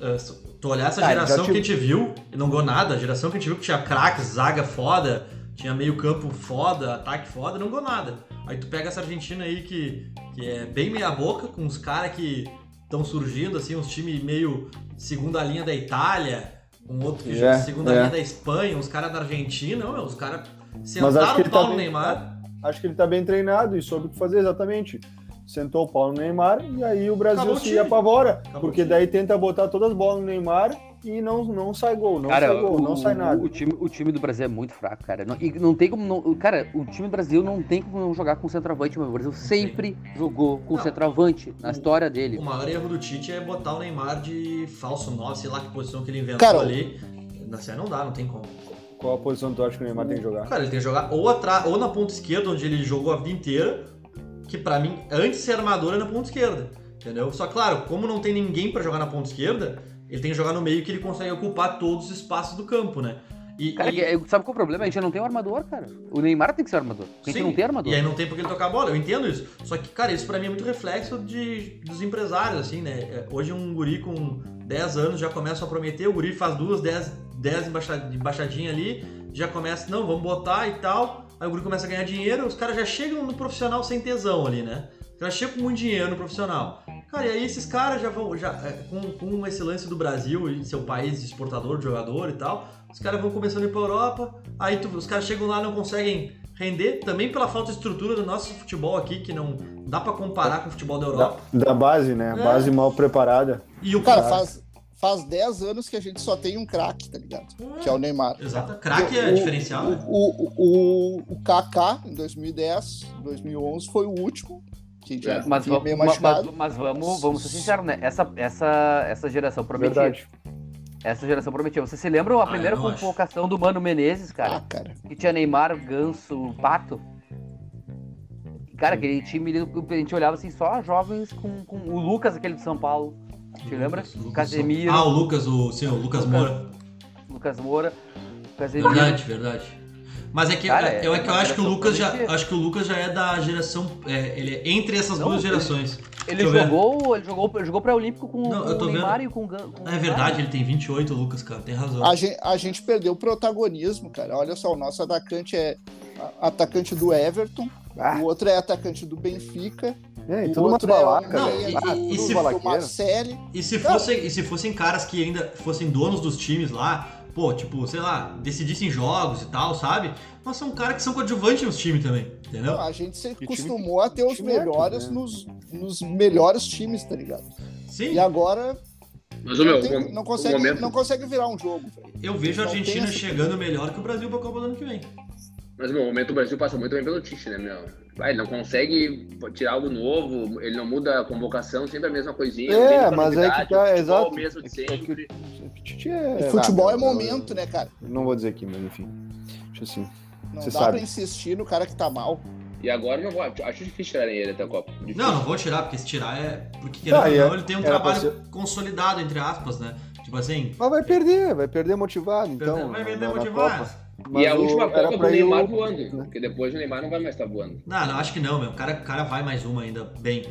S1: ah, se tu olhar essa
S4: Ah,
S1: geração
S4: já
S1: que
S4: tive-
S1: a gente viu, e não ganhou nada. A geração que a gente viu que tinha craque, zaga foda, tinha meio-campo foda, ataque foda, não ganhou nada. Aí tu pega essa Argentina aí que, que é bem meia-boca, com uns caras que estão surgindo, assim, uns times meio segunda linha da Itália, um outro que
S4: É,
S1: joga segunda
S4: é.
S1: linha da Espanha, uns caras da Argentina, meu, os caras
S4: Mas acho
S1: sentaram
S4: que
S1: o
S4: ele tá
S1: pau no
S4: bem-
S1: Neymar.
S4: acho que ele tá bem treinado e soube o que fazer exatamente. Sentou o pau no Neymar e aí o Brasil
S1: Acabou o
S4: se
S1: time.
S4: apavora,
S1: Acabou o
S4: porque
S1: time.
S4: daí tenta botar todas as bolas no Neymar e não, não sai gol, não
S5: cara,
S4: sai gol,
S5: o,
S4: não sai nada.
S5: O time, o time do Brasil é muito fraco, cara. Não, e não tem como não, cara, o time do Brasil não tem como não jogar com centroavante, mas o Brasil sempre jogou com
S1: Não.
S5: centroavante na história dele.
S1: O maior erro do Tite é botar o Neymar de falso 9, sei lá que posição que ele inventou
S2: Cara,
S1: ali. Na série não dá, não tem como.
S4: Qual a posição que tu acha que o Neymar tem que jogar?
S1: Cara, ele tem que jogar ou atrás, ou na ponta esquerda, onde ele jogou a vida inteira, que pra mim, antes de ser armador, é na ponta esquerda. Entendeu? Só claro, como não tem ninguém pra jogar na ponta esquerda, ele tem que jogar no meio que ele consegue ocupar todos os espaços do campo, né? E,
S5: Cara,
S1: e-
S5: que- é- sabe qual é o problema? A gente não tem um armador, cara. O Neymar tem que ser o armador. A gente
S1: Sim,
S5: não tem armador.
S1: E aí não tem porque ele tocar a bola, eu entendo isso. Só que, cara, isso pra mim é muito reflexo de, dos empresários, assim, né? É, Hoje um guri com 10 anos já começa a prometer, o guri faz duas, 10, 10 embaixa- embaixadinha ali, já começa, não, vamos botar e tal. Aí o guri começa a ganhar dinheiro, os caras já chegam no profissional sem tesão ali, né? Já chegam com muito dinheiro no profissional. Cara, e aí esses caras já vão, já, é, com, com esse lance do Brasil e seu país exportador de jogador e tal, os caras vão começando a ir pra Europa, aí tu- os caras chegam lá não conseguem render também pela falta de estrutura do nosso futebol aqui, que não dá pra comparar com o futebol da
S4: Da,
S1: Europa.
S4: da base, né?
S1: É.
S4: Base mal preparada.
S1: E o
S2: Cara, faz, faz 10 anos que a gente só tem um craque, tá ligado? Que é o Neymar.
S1: Exato. Craque é
S2: O-
S1: diferencial, né?
S2: O, o, o, o Kaká, em 2010, 2011, foi o último, que já
S7: É,
S5: Mas,
S2: vinha
S5: vamos,
S2: meio
S5: mas,
S2: machucado.
S5: mas vamos, vamos ser sinceros, né? Essa, essa, essa geração prometia.
S4: Verdade.
S5: Essa geração prometia. Vocês se lembram a
S1: Ah,
S5: primeira
S1: eu não acho.
S5: convocação do Mano Menezes, cara?
S2: Ah, cara.
S5: Que tinha Neymar, Ganso, Pato. Cara, aquele time, ali, a gente olhava assim, só jovens com, com o Lucas, aquele de São Paulo. Te lembra?
S1: Lucas, Lucas,
S5: Casemiro,
S1: Ah, o Lucas, o seu, o Lucas
S5: Lucas.
S1: Moura.
S5: Lucas Moura, Casemiro.
S1: Verdade, verdade. Mas é que
S5: Cara,
S1: é, é
S5: é
S1: que eu
S5: uma
S1: acho que o
S5: geração
S1: Lucas já,
S5: prometida.
S1: acho que o Lucas já é da geração, é, ele é entre essas
S5: Não,
S1: duas
S5: ele-
S1: gerações.
S5: Ele
S1: Deixa eu ver.
S5: jogou, ele jogou, ele jogou pré-olímpico com,
S1: Não,
S5: com
S1: eu tô
S5: o Neymar
S1: vendo.
S5: e com o Gan- com o
S1: É
S5: Neymar.
S1: verdade, ele tem 28, o Lucas, cara, tem razão.
S2: A gente, a gente perdeu o protagonismo, cara. Olha só, o nosso atacante é a- atacante do Everton,
S4: Ah.
S2: o outro é atacante do Benfica,
S4: É, e
S2: o
S4: tudo uma
S2: outro é o
S4: balaca,
S1: Não,
S4: velho.
S2: meia
S1: e-
S2: do-
S1: e- e
S2: do-
S1: se
S2: do
S4: balaqueiro?
S2: Marcelli.
S1: E se fossem, e se fossem caras que ainda fossem donos dos times lá, pô, tipo, sei lá, decidissem jogos e tal, sabe? Mas são caras que são coadjuvantes nos times também, entendeu?
S4: Ah,
S2: A gente se
S4: time-
S2: acostumou a ter os
S4: time é tudo,
S2: melhores
S4: né?
S2: nos, nos melhores times, tá ligado?
S1: Sim,
S2: E agora
S7: Mas o meu,
S2: tem-
S7: o-
S2: não,
S7: o
S2: consegue,
S7: momento,
S2: não consegue virar um jogo, velho.
S1: eu vejo a
S2: não tem
S1: Argentina
S2: essa-
S1: chegando melhor que o Brasil pra Copa do ano que vem.
S7: mas meu, o momento do Brasil passa muito bem pelo Tite, né, meu? Vai, ele não consegue tirar algo novo, ele não muda a convocação, sempre a mesma coisinha. não tem
S4: É, mas é que
S7: novidade,
S4: tá,
S7: futebol
S4: exato.
S7: mesmo de
S4: É que-
S7: sempre.
S4: é que o Tite é-
S2: O futebol
S4: Ah,
S2: é
S4: meu, eu-
S2: momento, né, cara?
S4: eu Não vou dizer aqui, mas enfim. Deixa assim.
S2: Não
S4: Cê
S2: dá
S4: sabe.
S2: pra insistir no cara que tá mal.
S7: E agora eu não vou, acho difícil tirarem ele até a Copa. Difícil.
S1: Não, não vou tirar, porque se tirar é. Porque querendo
S4: Ah,
S1: ou
S4: e
S1: não,
S4: é-
S1: ele tem um
S4: era pra
S1: trabalho consolidado, entre aspas, né? Tipo assim.
S4: Mas vai perder, vai perder motivado, então.
S1: vai
S4: na-
S1: vender
S4: na
S1: motivado.
S4: Copa.
S7: E
S4: Mas
S7: a
S4: o-
S7: última
S4: era
S7: Copa do
S4: pra ir o-
S7: Neymar voando, porque depois o Neymar não vai mais estar voando.
S1: Não, não, acho que não, meu. O cara, o cara vai mais uma ainda bem.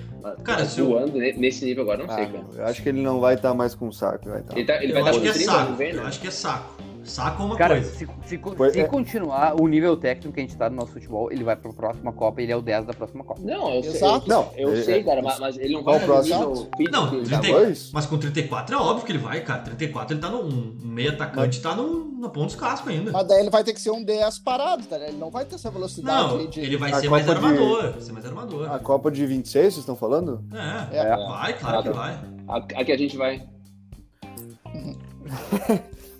S1: Cara,
S7: Mas
S1: se eu-
S7: Tá voando ne- nesse nível agora, não sei,
S4: Ah,
S7: cara.
S4: meu, eu acho que ele não vai estar mais com o saco. Vai tá.
S7: Ele, tá, ele
S1: eu
S7: vai
S1: acho
S7: estar
S1: que é
S7: com 30 ano
S1: saco.
S7: que vem, né?
S1: Eu acho que é saco. Saco é uma
S5: Cara,
S1: coisa.
S5: se, se co-
S4: Pois
S5: se
S4: é.
S5: continuar o nível técnico que a gente tá no nosso futebol, ele vai pra próxima Copa e ele é o 10 da próxima Copa.
S7: Não, eu
S2: Exato.
S7: sei.
S4: Não,
S7: Eu, eu
S4: ele-
S7: sei, cara, mas, mas ele não
S4: Qual
S7: vai
S4: o próximo?
S7: nível
S1: Não,
S7: físico,
S1: ele
S7: tá?
S1: tem-
S4: Dois?
S1: Mas com 34 é óbvio que ele vai, cara. 34 ele tá no um meio atacante, tá no, na ponta dos cascos ainda.
S2: Mas daí ele vai ter que ser um 10 parado, tá? ligado? Ele não vai ter essa velocidade
S1: Não,
S2: aí de.
S1: ele vai
S4: A
S1: ser mais
S4: Copa de-
S1: armador. Vai ser mais armador.
S4: A Copa de 26, vocês estão falando?
S1: É,
S2: É.
S1: vai, claro que vai.
S7: A- Aqui a gente vai.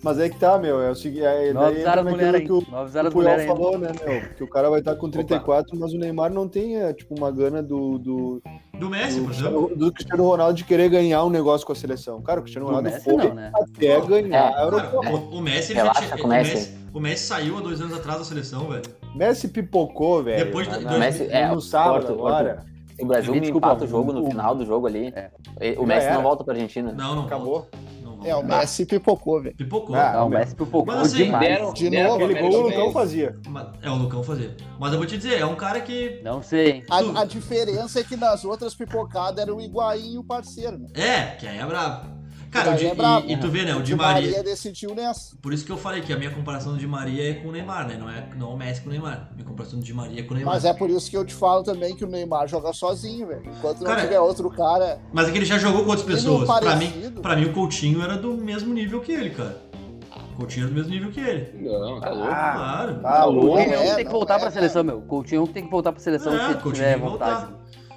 S4: Mas é que tá, meu. É o seguinte. É,
S5: Não
S4: daí
S5: avisaram as
S4: entra
S5: mulheres
S4: naquilo
S5: ainda.
S4: que
S5: Não
S4: o-
S5: avisaram
S4: o
S5: as
S4: Puyol
S5: mulheres ainda.
S4: falou, né, meu? Que o cara vai estar com 34, mas o Neymar não tem, é, tipo, uma gana do, do,
S1: Do Messi,
S4: do
S1: por exemplo.
S4: Cristiano- do Cristiano Ronaldo de querer ganhar um negócio com a seleção. Cara, o Cristiano
S5: Do
S4: Ronaldo
S5: Messi
S4: foi
S5: não, né?
S4: até
S1: Não,
S4: ganhar
S3: é,
S4: a Eurocopa.
S1: Cara, o, o Messi, ele
S3: Relaxa
S1: já tinha,
S3: com
S1: o,
S3: o Messi.
S1: Messi, o Messi saiu há dois anos atrás da seleção, velho.
S4: Messi pipocou, velho.
S1: Depois
S4: na-
S1: do-
S4: na-
S1: do-
S3: Messi- é,
S4: no sábado
S3: corta,
S4: agora.
S3: O Brasil
S5: Me
S3: me
S5: desculpa,
S3: empata o jogo no
S5: o-
S3: final do jogo ali.
S5: É.
S3: O
S4: Já
S3: Messi
S4: era.
S3: não volta pra Argentina.
S1: Não, não.
S4: Acabou.
S1: volta. Não,
S2: É, o
S1: volta.
S2: Messi É. pipocou, velho.
S1: Pipocou.
S4: Ah,
S5: Não,
S4: meu.
S5: mas pipocou
S1: Mas assim,
S5: demais.
S7: deram,
S2: De
S7: deram
S2: novo,
S7: pra
S4: Aquele
S7: É, América
S4: gol o
S7: do
S4: Lucão
S7: Norte.
S4: fazia.
S1: Mas- É o Lucão fazer. Mas eu vou te dizer, é um cara que.
S5: Não sei.
S1: Tu-
S2: A, a diferença é que nas outras pipocadas era o Higuaín e o parceiro, né?
S1: É, que aí é brabo. Cara, o
S2: Daí
S1: Di-
S2: é brabo.
S1: e, e tu vê, né? O
S2: O
S1: Di Maria.
S2: decidiu nessa.
S1: Por isso que eu falei que a minha comparação do Di Maria é com o Neymar, né? Não é não é o Messi com o Neymar. Minha comparação do Di Maria é com o Neymar.
S2: Mas é por isso que eu te falo também que o Neymar joga sozinho, velho. Enquanto
S1: Cara,
S2: não tiver outro cara.
S1: Mas é que ele já jogou com outras
S2: Ele
S1: pessoas.
S2: não
S1: Pra
S2: parecido.
S1: mim, pra mim, o Coutinho era do mesmo nível que ele, cara. O Coutinho era do mesmo nível que ele. Ah,
S7: Não, tá louco.
S1: claro.
S4: Tá
S5: O
S4: louco.
S5: Coutinho
S2: é,
S5: tem que
S2: não
S5: voltar
S2: é,
S5: pra
S2: cara.
S5: seleção, meu. O Coutinho tem que voltar pra seleção
S1: É,
S5: se
S1: Coutinho
S5: tiver
S1: tem que
S5: vontade.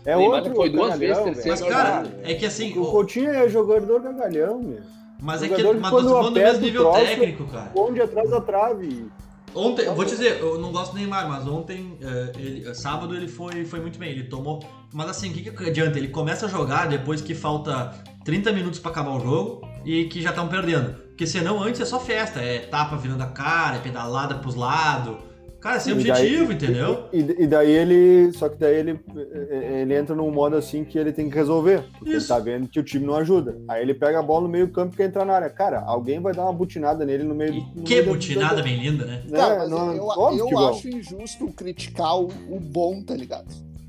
S4: É
S7: Neymar
S4: outro
S7: foi duas
S4: gargalhão,
S7: vezes
S4: velho.
S1: Mas,
S7: terceiro.
S1: cara, é que assim.
S4: O
S1: o-
S4: Coutinho é jogador gargalhão, meu.
S1: Mas é que.
S4: jogador que
S1: Mas nós
S4: quando
S1: estamos falando do
S4: aperta
S1: mesmo
S4: o
S1: nível
S4: troço-
S1: técnico, cara.
S4: Onde atrás da trave.
S1: Ontem, eu vou te dizer, eu não gosto do Neymar, mas ontem, eh, ele- eh, sábado, ele foi, foi muito bem. Ele tomou. Mas assim, o que, que adianta? Ele começa a jogar depois que falta 30 minutos pra acabar o jogo e que já estão perdendo. Porque senão antes é só festa, é tapa virando a cara, é pedalada pros lados. Cara, é sem
S4: E daí-
S1: objetivo, entendeu?
S4: E, e daí ele. Só que daí ele, ele entra num modo assim que ele tem que resolver. Porque
S1: Isso.
S4: ele tá vendo que o time não ajuda. Aí ele pega a bola no meio do campo e quer entrar na área. Cara, alguém vai dar uma butinada nele no meio
S1: E
S4: do. É,
S1: que butinada bem linda, né?
S2: é, Cara, mas
S4: não,
S2: eu,
S4: óbvio
S2: eu
S4: que vão.
S2: acho injusto criticar o, o bom, tá ligado?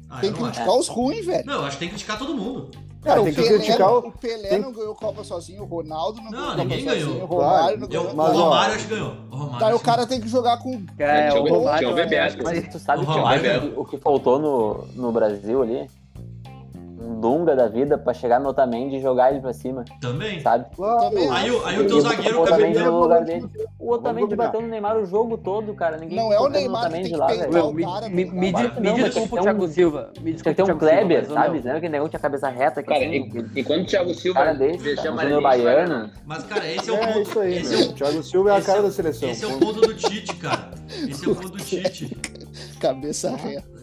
S1: Ah,
S2: Tem
S1: eu
S2: que
S1: não acho.
S2: criticar os ruins, velho.
S1: Não, eu acho que tem que criticar todo mundo.
S4: Cara, tem que
S2: é
S4: criticar o-
S2: o Pelé
S4: tem-
S2: não ganhou Copa sozinho, o Ronaldo não,
S1: Não,
S2: ganhou Copa
S1: ninguém
S2: sozinho,
S1: ganhou.
S2: o Romário
S4: Claro.
S2: não ganhou.
S1: Eu,
S4: Mas,
S1: o
S4: ó,
S1: Romário acho que ganhou. O Romário,
S2: Daí tá, o
S1: acho que
S2: cara tem que jogar com
S5: Cara,
S7: Tinha
S5: É, o
S7: o Be-
S5: Romário-
S7: tinha o Bebeto.
S3: Mas tu sabe
S1: O
S3: que o,
S1: Romário
S3: Brasil- o que faltou no, no Brasil ali? Um Dunga da vida pra chegar no Otamendi e jogar ele pra cima,
S1: Também.
S3: sabe?
S2: Também
S1: Aí, o- aí
S3: E
S1: o teu
S3: botar
S1: zagueiro,
S3: tá
S1: é
S3: o tá
S1: o
S3: Otamendi
S1: capitão.
S3: no lugar dele. O
S4: Vamos
S3: Otamendi
S4: combinar.
S3: bateu no Neymar o jogo todo, cara. Ninguém
S2: Não é o
S3: tocando no
S2: Neymar que tem
S3: Otamendi
S2: que
S3: lá,
S1: É,
S2: peitar
S3: velho.
S5: Meu, me,
S2: cara,
S5: me,
S2: não,
S5: me,
S3: não,
S5: di-
S3: mas
S5: me
S3: tem que
S5: desculpa
S3: ter
S5: o
S3: um-
S5: Thiago Silva. Me
S3: Tinha que
S5: desculpa
S3: ter
S5: o
S3: um
S5: Thiago Silva,
S3: Kleber,
S5: mas eu
S3: sabe?
S5: não.
S3: Lembra aquele negócio que tinha a cabeça reta aqui?
S7: Cara,
S3: assim?
S7: e, e quando o Thiago Silva
S3: Cara desse,
S7: vestia
S3: cara,
S7: a
S3: Júnior
S7: amarelinha,
S3: Baiano.
S7: cara,
S1: Mas, cara, esse é o
S4: É
S1: ponto.
S4: isso aí,
S1: esse
S4: meu.
S1: é o-
S4: Thiago Silva é a
S1: esse
S4: cara
S1: é o-
S4: da seleção.
S1: Esse é o ponto do Tite, cara. Esse é o ponto do Tite.
S2: Cabeça reta.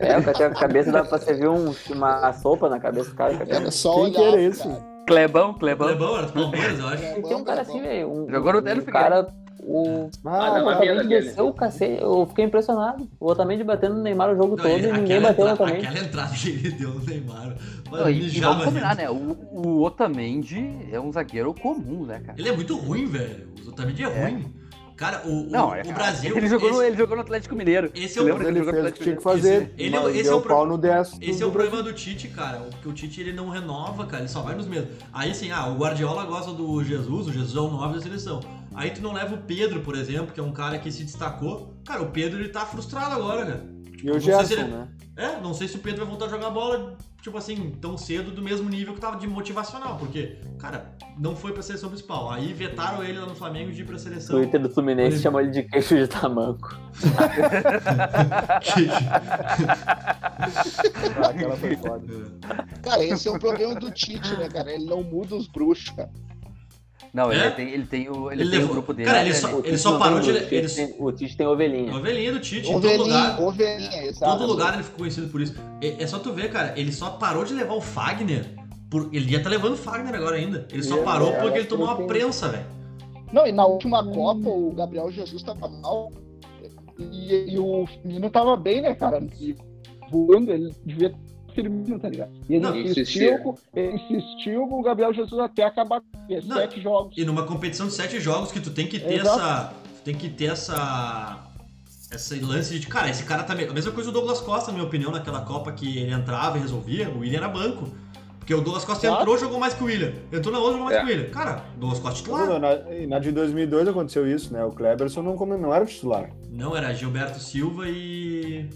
S3: É, o cara tinha a cabeça dava pra servir um, uma sopa na cabeça do cara. cara.
S2: Era só
S4: Quem que
S2: olhar.
S4: era esse?
S2: cara.
S5: Clebão, Clebão.
S1: Lebão era do Palmeiras, eu acho.
S3: Tinha um
S2: é
S3: cara assim, velho. Um,
S5: Jogou no
S3: um
S5: Otélio Figueiredo.
S3: cara. O
S4: Ah,
S7: Ah, não, mas-
S3: Otamendi
S7: aquele.
S3: desceu o cacete. Eu fiquei impressionado. O Otamendi batendo no Neymar o jogo
S1: Não,
S3: todo
S1: ele-
S3: e ninguém
S1: aquela,
S3: bateu no
S1: entra-
S3: Otamendi.
S1: aquela entrada que ele deu no Neymar. Mano,
S5: Não, e, e
S1: mijava
S5: vamos combinar,
S1: ele.
S5: né? O, o Otamendi é um zagueiro comum, né, cara?
S1: Ele é muito ruim, velho. O Otamendi é
S5: É.
S1: ruim. Cara, o, o,
S5: Não, é,
S1: o
S5: cara,
S1: Brasil.
S5: Ele jogou, no,
S1: esse,
S5: ele jogou no Atlético Mineiro.
S1: esse é
S5: Tu
S1: o
S5: lembra que ele
S4: Ele fez o
S5: jogou no
S4: que
S5: Atlético
S4: tinha que
S5: Mineiro?
S4: fazer.
S1: Esse- ele é o-
S4: mas
S1: esse é
S4: deu
S1: o pro-
S4: pau no 10.
S1: Esse é o problema do Tite, cara. Porque o Tite ele não renova, cara. Ele só vai nos mesmos. Aí sim, ah, o Guardiola gosta do Jesus, o Jesus é o 9 da seleção. Aí tu não leva o Pedro, por exemplo, que é um cara que se destacou. Cara, o Pedro ele tá frustrado agora, cara.
S4: E o
S1: Não sei se
S4: Gerson,
S1: ele-
S4: né?
S1: É, não sei se o Pedro vai voltar a jogar bola, tipo assim, tão cedo, do mesmo nível que tava de motivacional, porque, cara, não foi pra seleção principal. Aí vetaram ele lá no Flamengo de ir pra
S3: O
S1: seleção.
S3: Twitter do Fluminense
S1: Ele-
S3: chamou ele de queixo de tamanco.
S1: É.
S4: Ah, aquela foi foda.
S2: Cara, esse é o problema do Tite, né, cara? Ele não muda os bruxos, cara.
S5: Não, ele
S1: É?
S5: tem, ele tem, o, ele
S1: Ele
S5: tem o
S1: levou-
S5: grupo dele.
S1: Cara, ele
S5: né,
S1: só-
S5: velho?
S3: O Tite
S1: só
S3: não
S1: parou
S3: tem
S1: de-
S3: grupo, o
S1: ele-
S3: Tite tem- O Tite tem ovelhinha.
S1: Novelinha do Tite, em todo
S2: Ovelhinha,
S1: lugar.
S2: ovelhinha, exato.
S1: Todo lugar ele ficou conhecido por isso. É, é só tu ver, cara, ele só parou de levar o Fagner. Por... Ele ia tá levando o Fagner agora ainda. Ele só
S4: É,
S1: parou
S4: é,
S1: porque ele
S4: acho que
S1: tomou
S4: ele
S1: uma
S4: tem-
S1: prensa, velho.
S2: Não, e na última Copa o Gabriel Jesus tava mal. E, e o Firmino tava bem, né, cara? E voando, ele devia ter Firmino, tá ligado? E ele,
S1: Não,
S2: insistiu,
S7: insistia.
S2: com, ele insistiu com o Gabriel Jesus até acabar com
S1: Não.
S2: sete jogos.
S1: E numa competição de sete jogos que tu tem que ter
S2: Exato.
S1: essa. Tu tem que ter essa. Esse lance de. Cara, esse cara tá melhor. A mesma coisa do Douglas Costa, na minha opinião, naquela Copa que ele entrava e resolvia, o William era banco. Porque o Douglas Costa
S2: Claro.
S1: entrou, jogou mais que o William. Entrou na outra, jogou mais
S7: É.
S1: que o William. Cara, Douglas Costa
S4: Não,
S1: titular.
S4: na, e na de 2002 aconteceu isso, né? O Kleberson não, come- não era titular.
S1: Não, era Gilberto Silva e.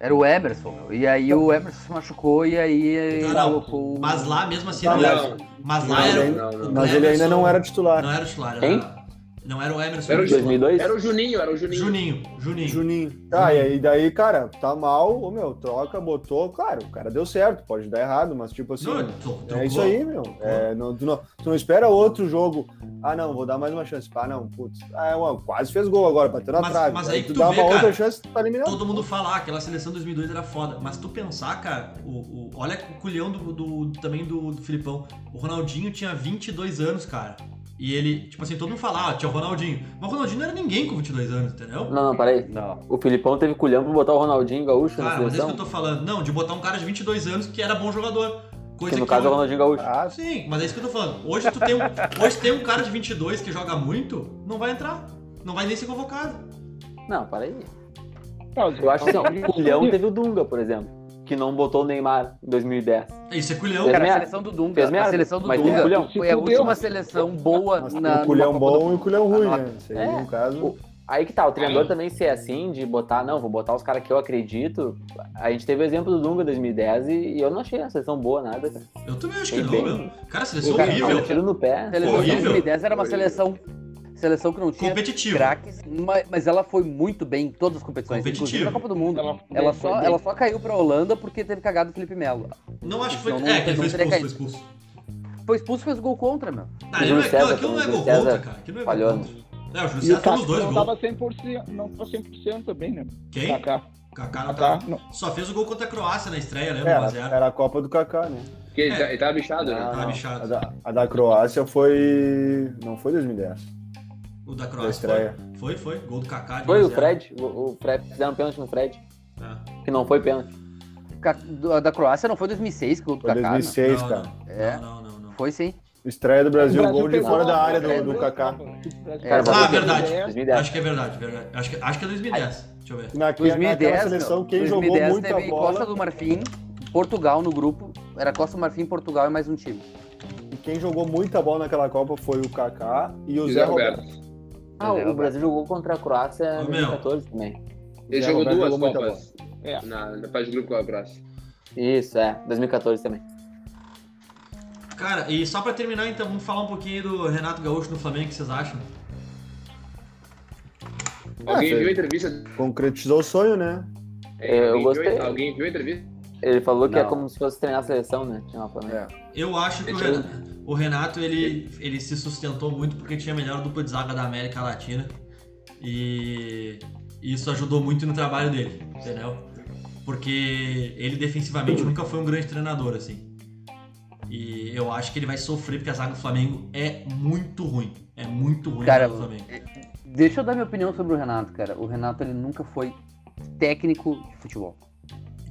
S5: Era o Emerson, meu. E aí o Emerson se machucou e aí
S1: Não,
S5: ele
S1: não.
S5: colocou. o-
S1: Mas lá, mesmo assim,
S4: Não,
S1: não era.
S7: Não,
S1: Mas lá
S4: Não,
S1: era.
S4: ele-
S1: o-
S7: não,
S1: o
S7: não.
S4: Mas ele ainda não
S1: Emerson-
S4: era titular.
S1: Não era o titular,
S3: Quem?
S1: era. Não era o Emerson.
S7: Era o
S1: titular.
S3: 2002?
S7: Era o Juninho, era o Juninho.
S1: Juninho. Juninho.
S4: Juninho. Tá, e aí daí, cara, tá mal, ô meu, troca, botou. Claro, o cara deu certo, pode dar errado, mas tipo assim.
S1: Não, tro- trocou.
S4: é isso aí, meu. É, não, tu, não, tu não espera outro jogo. Ah, não, vou dar mais uma chance. Ah, não, putz. Ah, mano, quase fez gol agora, bateu na
S1: Mas-
S4: trave.
S1: mas aí
S4: aí
S1: que
S4: tu
S1: tu
S4: dá
S1: vê,
S4: uma outra
S1: cara,
S4: chance, tu tá eliminado.
S1: Todo mundo fala, ah, aquela seleção 2002 era foda. Mas tu pensar, cara, o, o- olha o culhão do, do- também do, do Filipão. O Ronaldinho tinha 22 anos, cara. E ele, tipo assim, todo mundo fala, ah, tinha o Ronaldinho. Mas o Ronaldinho não era ninguém com 22 anos, entendeu?
S3: Não, não, peraí.
S5: Não.
S3: O Filipão teve culhão pra botar o Ronaldinho Gaúcho
S1: Cara, mas
S3: na
S1: é isso que eu
S3: seleção.
S1: tô falando. Não, de botar um cara de 22 anos que era bom jogador. Coisa
S3: Que no
S1: que
S3: caso é o
S1: eu-
S3: Ronaldinho Gaúcho.
S4: Ah,
S1: Sim, mas é isso que eu tô falando. Hoje tu tem um, hoje tem um cara de 22 que joga muito, não vai entrar. Não vai nem ser convocado.
S3: Não, peraí.
S2: Não,
S3: Eu acho assim, ó, o culhão teve o Dunga, por exemplo, que não botou o Neymar em 2010.
S1: Isso é culhão.
S3: Fez
S5: Cara, a
S3: merda.
S5: seleção do Dunga.
S3: Fez merda,
S5: A seleção do
S3: mas tem
S5: Dunga
S3: culhão.
S5: foi a
S2: Se fudeu.
S5: última seleção boa
S4: mas tem
S5: na.
S4: o culhão
S5: numa Copa
S4: bom e o culhão ruim,
S5: Ah,
S4: né? Isso aí,
S3: é.
S4: no caso.
S3: Aí que tá, o treinador também ser assim, de botar, não, vou botar os caras que eu acredito. A gente teve o exemplo do Dunga em 2010 e, e eu não achei a seleção boa nada, cara.
S1: Eu também acho que
S3: Tem
S1: não,
S3: bem.
S1: meu. Cara, a seleção
S5: O
S1: é
S5: cara-
S1: horrível.
S3: Não, um tiro no
S5: A
S3: pé.
S5: seleção de
S1: Horrível.
S5: 2010 era uma seleção. Seleção que não tinha
S1: Competitiva.
S5: craques, ma- mas ela foi muito bem em todas as competições,
S1: Competitiva.
S5: inclusive na Copa do Mundo.
S2: Ela-
S5: Ela, só,
S2: foi bem.
S5: ela só caiu pra Holanda porque teve cagado o Felipe Melo.
S1: Não acho que foi.
S5: Não, não,
S1: é, que ele
S5: não
S3: um
S1: foi expulso,
S5: teria
S1: foi expulso.
S5: Foi expulso e fez gol contra, meu.
S1: Ah, ele não é,
S3: Júlio
S1: não, aquilo não é
S3: um
S1: gol
S3: César, Júlio
S1: contra,
S3: César
S1: cara. Aquilo não é
S3: falhou,
S1: gol contra. É, o Júlio
S2: E
S1: César
S2: o
S1: tá nos
S2: Kaká
S1: dois
S2: não
S1: gols.
S2: tava 100%, não tava 100% também, né?
S1: Quem?
S2: Kaká.
S1: Kaká não
S2: Kaká, É.
S1: tá.
S2: não.
S1: Só fez o gol contra a Croácia na estreia, lembra? 1 a
S4: Era,
S1: 0.
S4: era a Copa do Kaká, né? Ah,
S7: Porque ele, tá- ele tava bichado, né?
S1: Tava
S4: A
S1: É. bichado.
S4: da, a da Croácia foi. Não foi 2010.
S1: O da
S4: Da
S1: Croácia foi.
S4: estreia.
S1: Foi, foi. Gol do Kaká de 1 a
S3: Foi o
S1: 0.
S3: Fred, o, o Fred, fizeram um pênalti no Fred,
S1: Ah,
S3: que não foi pênalti.
S5: Ca- do- Da Croácia não foi 2006 que o
S4: Foi
S5: Kaká, né?
S4: 2006,
S1: não,
S4: cara.
S1: não.
S5: É.
S1: Não, não, não, não.
S5: Foi sim.
S4: Estreia do Brasil, gol de
S2: pegou
S4: fora
S2: a
S4: da área
S2: Copa,
S4: do, do
S2: né?
S4: Kaká. É,
S2: O Brasil um
S3: Cara,
S2: pegou
S1: Ah,
S2: a
S1: verdade.
S2: Copa.
S3: 2010.
S1: Acho que é verdade, verdade. Acho que, acho que é 2010. Deixa eu ver.
S4: Naquela,
S5: 2010,
S4: naquela seleção,
S5: meu.
S4: quem
S5: 2010
S4: jogou
S5: teve
S4: muita bola
S5: Costa do Marfim, Portugal no grupo. Era Costa do Marfim, Portugal e mais um time.
S4: e quem jogou muita bola naquela Copa foi o Kaká e o
S7: E
S4: Zé Roberto.
S3: Ah, o Brasil jogou contra a Croácia
S1: Ô,
S3: em
S1: meu.
S3: 2014 também.
S7: Ele
S4: Zé
S7: jogou
S4: Roberto
S7: duas
S4: jogou muita
S7: Copas
S2: É.
S7: na, na fase de grupo com a Croácia.
S3: Isso, é. 2014 também.
S1: Cara, e só pra terminar, então, vamos falar um pouquinho do Renato Gaúcho no Flamengo, o que vocês acham?
S7: Alguém
S4: foi-
S7: viu a entrevista?
S4: Concretizou o sonho, né?
S7: É,
S3: Eu
S7: alguém
S3: gostei.
S7: Viu, alguém viu a entrevista?
S3: Ele falou que é
S4: Não.
S3: como se fosse treinar a seleção, né? Tinha uma
S5: É.
S3: forma.
S4: Ah,
S1: Eu acho que o
S7: Deixa eu-
S1: Renato, o Renato, ele, ele se sustentou muito porque tinha a melhor dupla de zaga da América Latina. E isso ajudou muito no trabalho dele, entendeu? Porque ele defensivamente nunca foi um grande treinador, assim. E eu acho que ele vai sofrer porque a zaga do Flamengo é muito ruim. É muito ruim
S5: Cara, é,
S1: a zaga do Flamengo.
S5: Deixa eu dar minha opinião sobre o Renato, cara. O Renato, ele nunca foi técnico de futebol.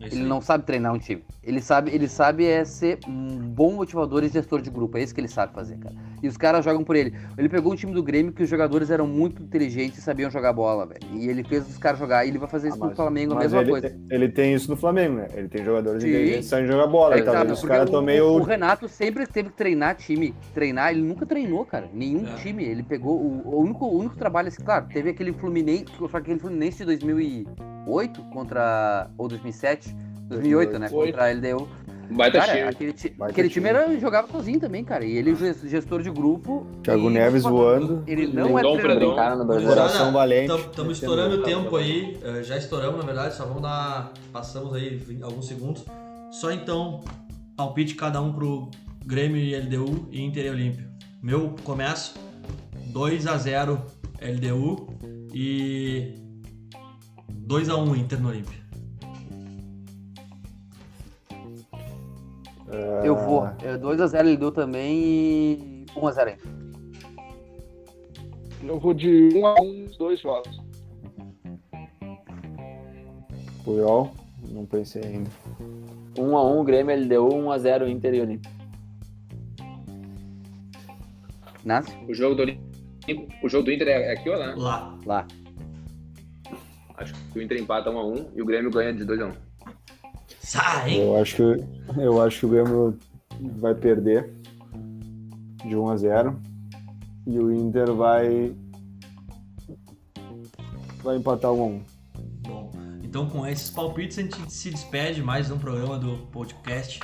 S1: É isso
S5: Ele
S1: aí.
S5: não sabe treinar um time. Ele sabe, ele sabe é ser um bom motivador e gestor de grupo. É isso que ele sabe fazer, cara. E os caras jogam por ele. Ele pegou um time do Grêmio que os jogadores eram muito inteligentes e sabiam jogar bola, velho. E ele fez os caras jogar. E ele vai fazer isso
S4: Ah,
S5: com o Flamengo, a
S4: mas
S5: mesma
S4: ele,
S5: coisa.
S4: ele tem isso no Flamengo, né? Ele tem jogadores
S5: Sim.
S4: inteligentes que sabem jogar bola.
S5: É,
S4: e talvez
S5: cara,
S4: então, os
S5: porque
S4: caras
S5: o-
S4: estão meio.
S5: O Renato sempre teve que treinar time. Treinar, ele nunca treinou, cara. Nenhum
S1: É.
S5: time. Ele pegou. O, o único, o único trabalho, assim, claro, teve aquele Fluminense. Só que aquele Fluminense de 2008 contra. Ou 2007. 2008, né?
S7: Foi.
S5: Contra a LDU.
S7: Um Baita
S5: Cara,
S7: time.
S5: aquele, ti-
S4: Baita
S5: aquele
S4: time.
S5: time era, jogava sozinho também, cara. E ele, é o ges- gestor de grupo.
S4: Thiago
S5: e- tipo,
S4: Neves voando.
S5: Ele não é
S7: Lindon,
S5: treinador.
S7: Fredon.
S3: Brincaram no Brasil.
S4: Coração
S1: Gurizada,
S4: valente. né, é
S1: tam- Estamos estourando o tempo aí, eh, já estouramos na verdade, só vamos dar. Passamos aí vin- alguns segundos. Só então, palpite cada um pro Grêmio e LDU e Inter e Olímpio. Meu começo 2 a 0 LDU e 2 a 1 Inter no Olímpio.
S5: Eu vou.
S4: É.
S5: é, 2x0 ele deu também e 1x0 ainda.
S2: Eu vou de um a um, dois jogos.
S4: Puyol, não pensei ainda.
S3: 1x1 o Grêmio, ele deu 1x0 Inter e Olímpia.
S5: Nasce?
S7: O jogo do Olímpico- o jogo do Inter é é aqui ou lá?
S1: Lá.
S5: Lá.
S7: Acho que o Inter empata 1x1 e o Grêmio ganha de 2x1.
S1: Sai, hein?
S4: Eu acho que, eu acho que o Grêmio vai perder de 1 a 0 e o Inter vai vai empatar 1 a 1.
S1: Bom, então com esses palpites a gente se despede mais um programa do podcast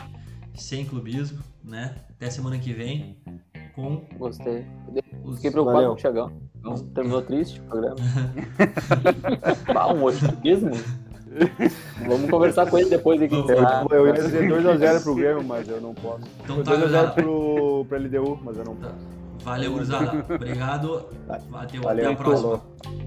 S1: sem clubismo, né? Até semana que vem com
S3: Gostei.
S1: os
S3: Fiquei preocupado
S4: Valeu.
S3: com o Thiagão. Então, Terminou triste o programa. bah, um otimismo. Vamos conversar com ele depois aqui.
S1: Vamos.
S3: será?
S4: Eu ia dizer 2 a 0 pro Grêmio, mas eu não posso.
S1: Então
S4: 2
S1: tá,
S4: a 0
S1: galera.
S4: pro pra LDU, mas eu não posso.
S1: Valeu, gurizada. Obrigado. Valeu, até a
S4: Valeu,
S1: próxima.
S4: falou.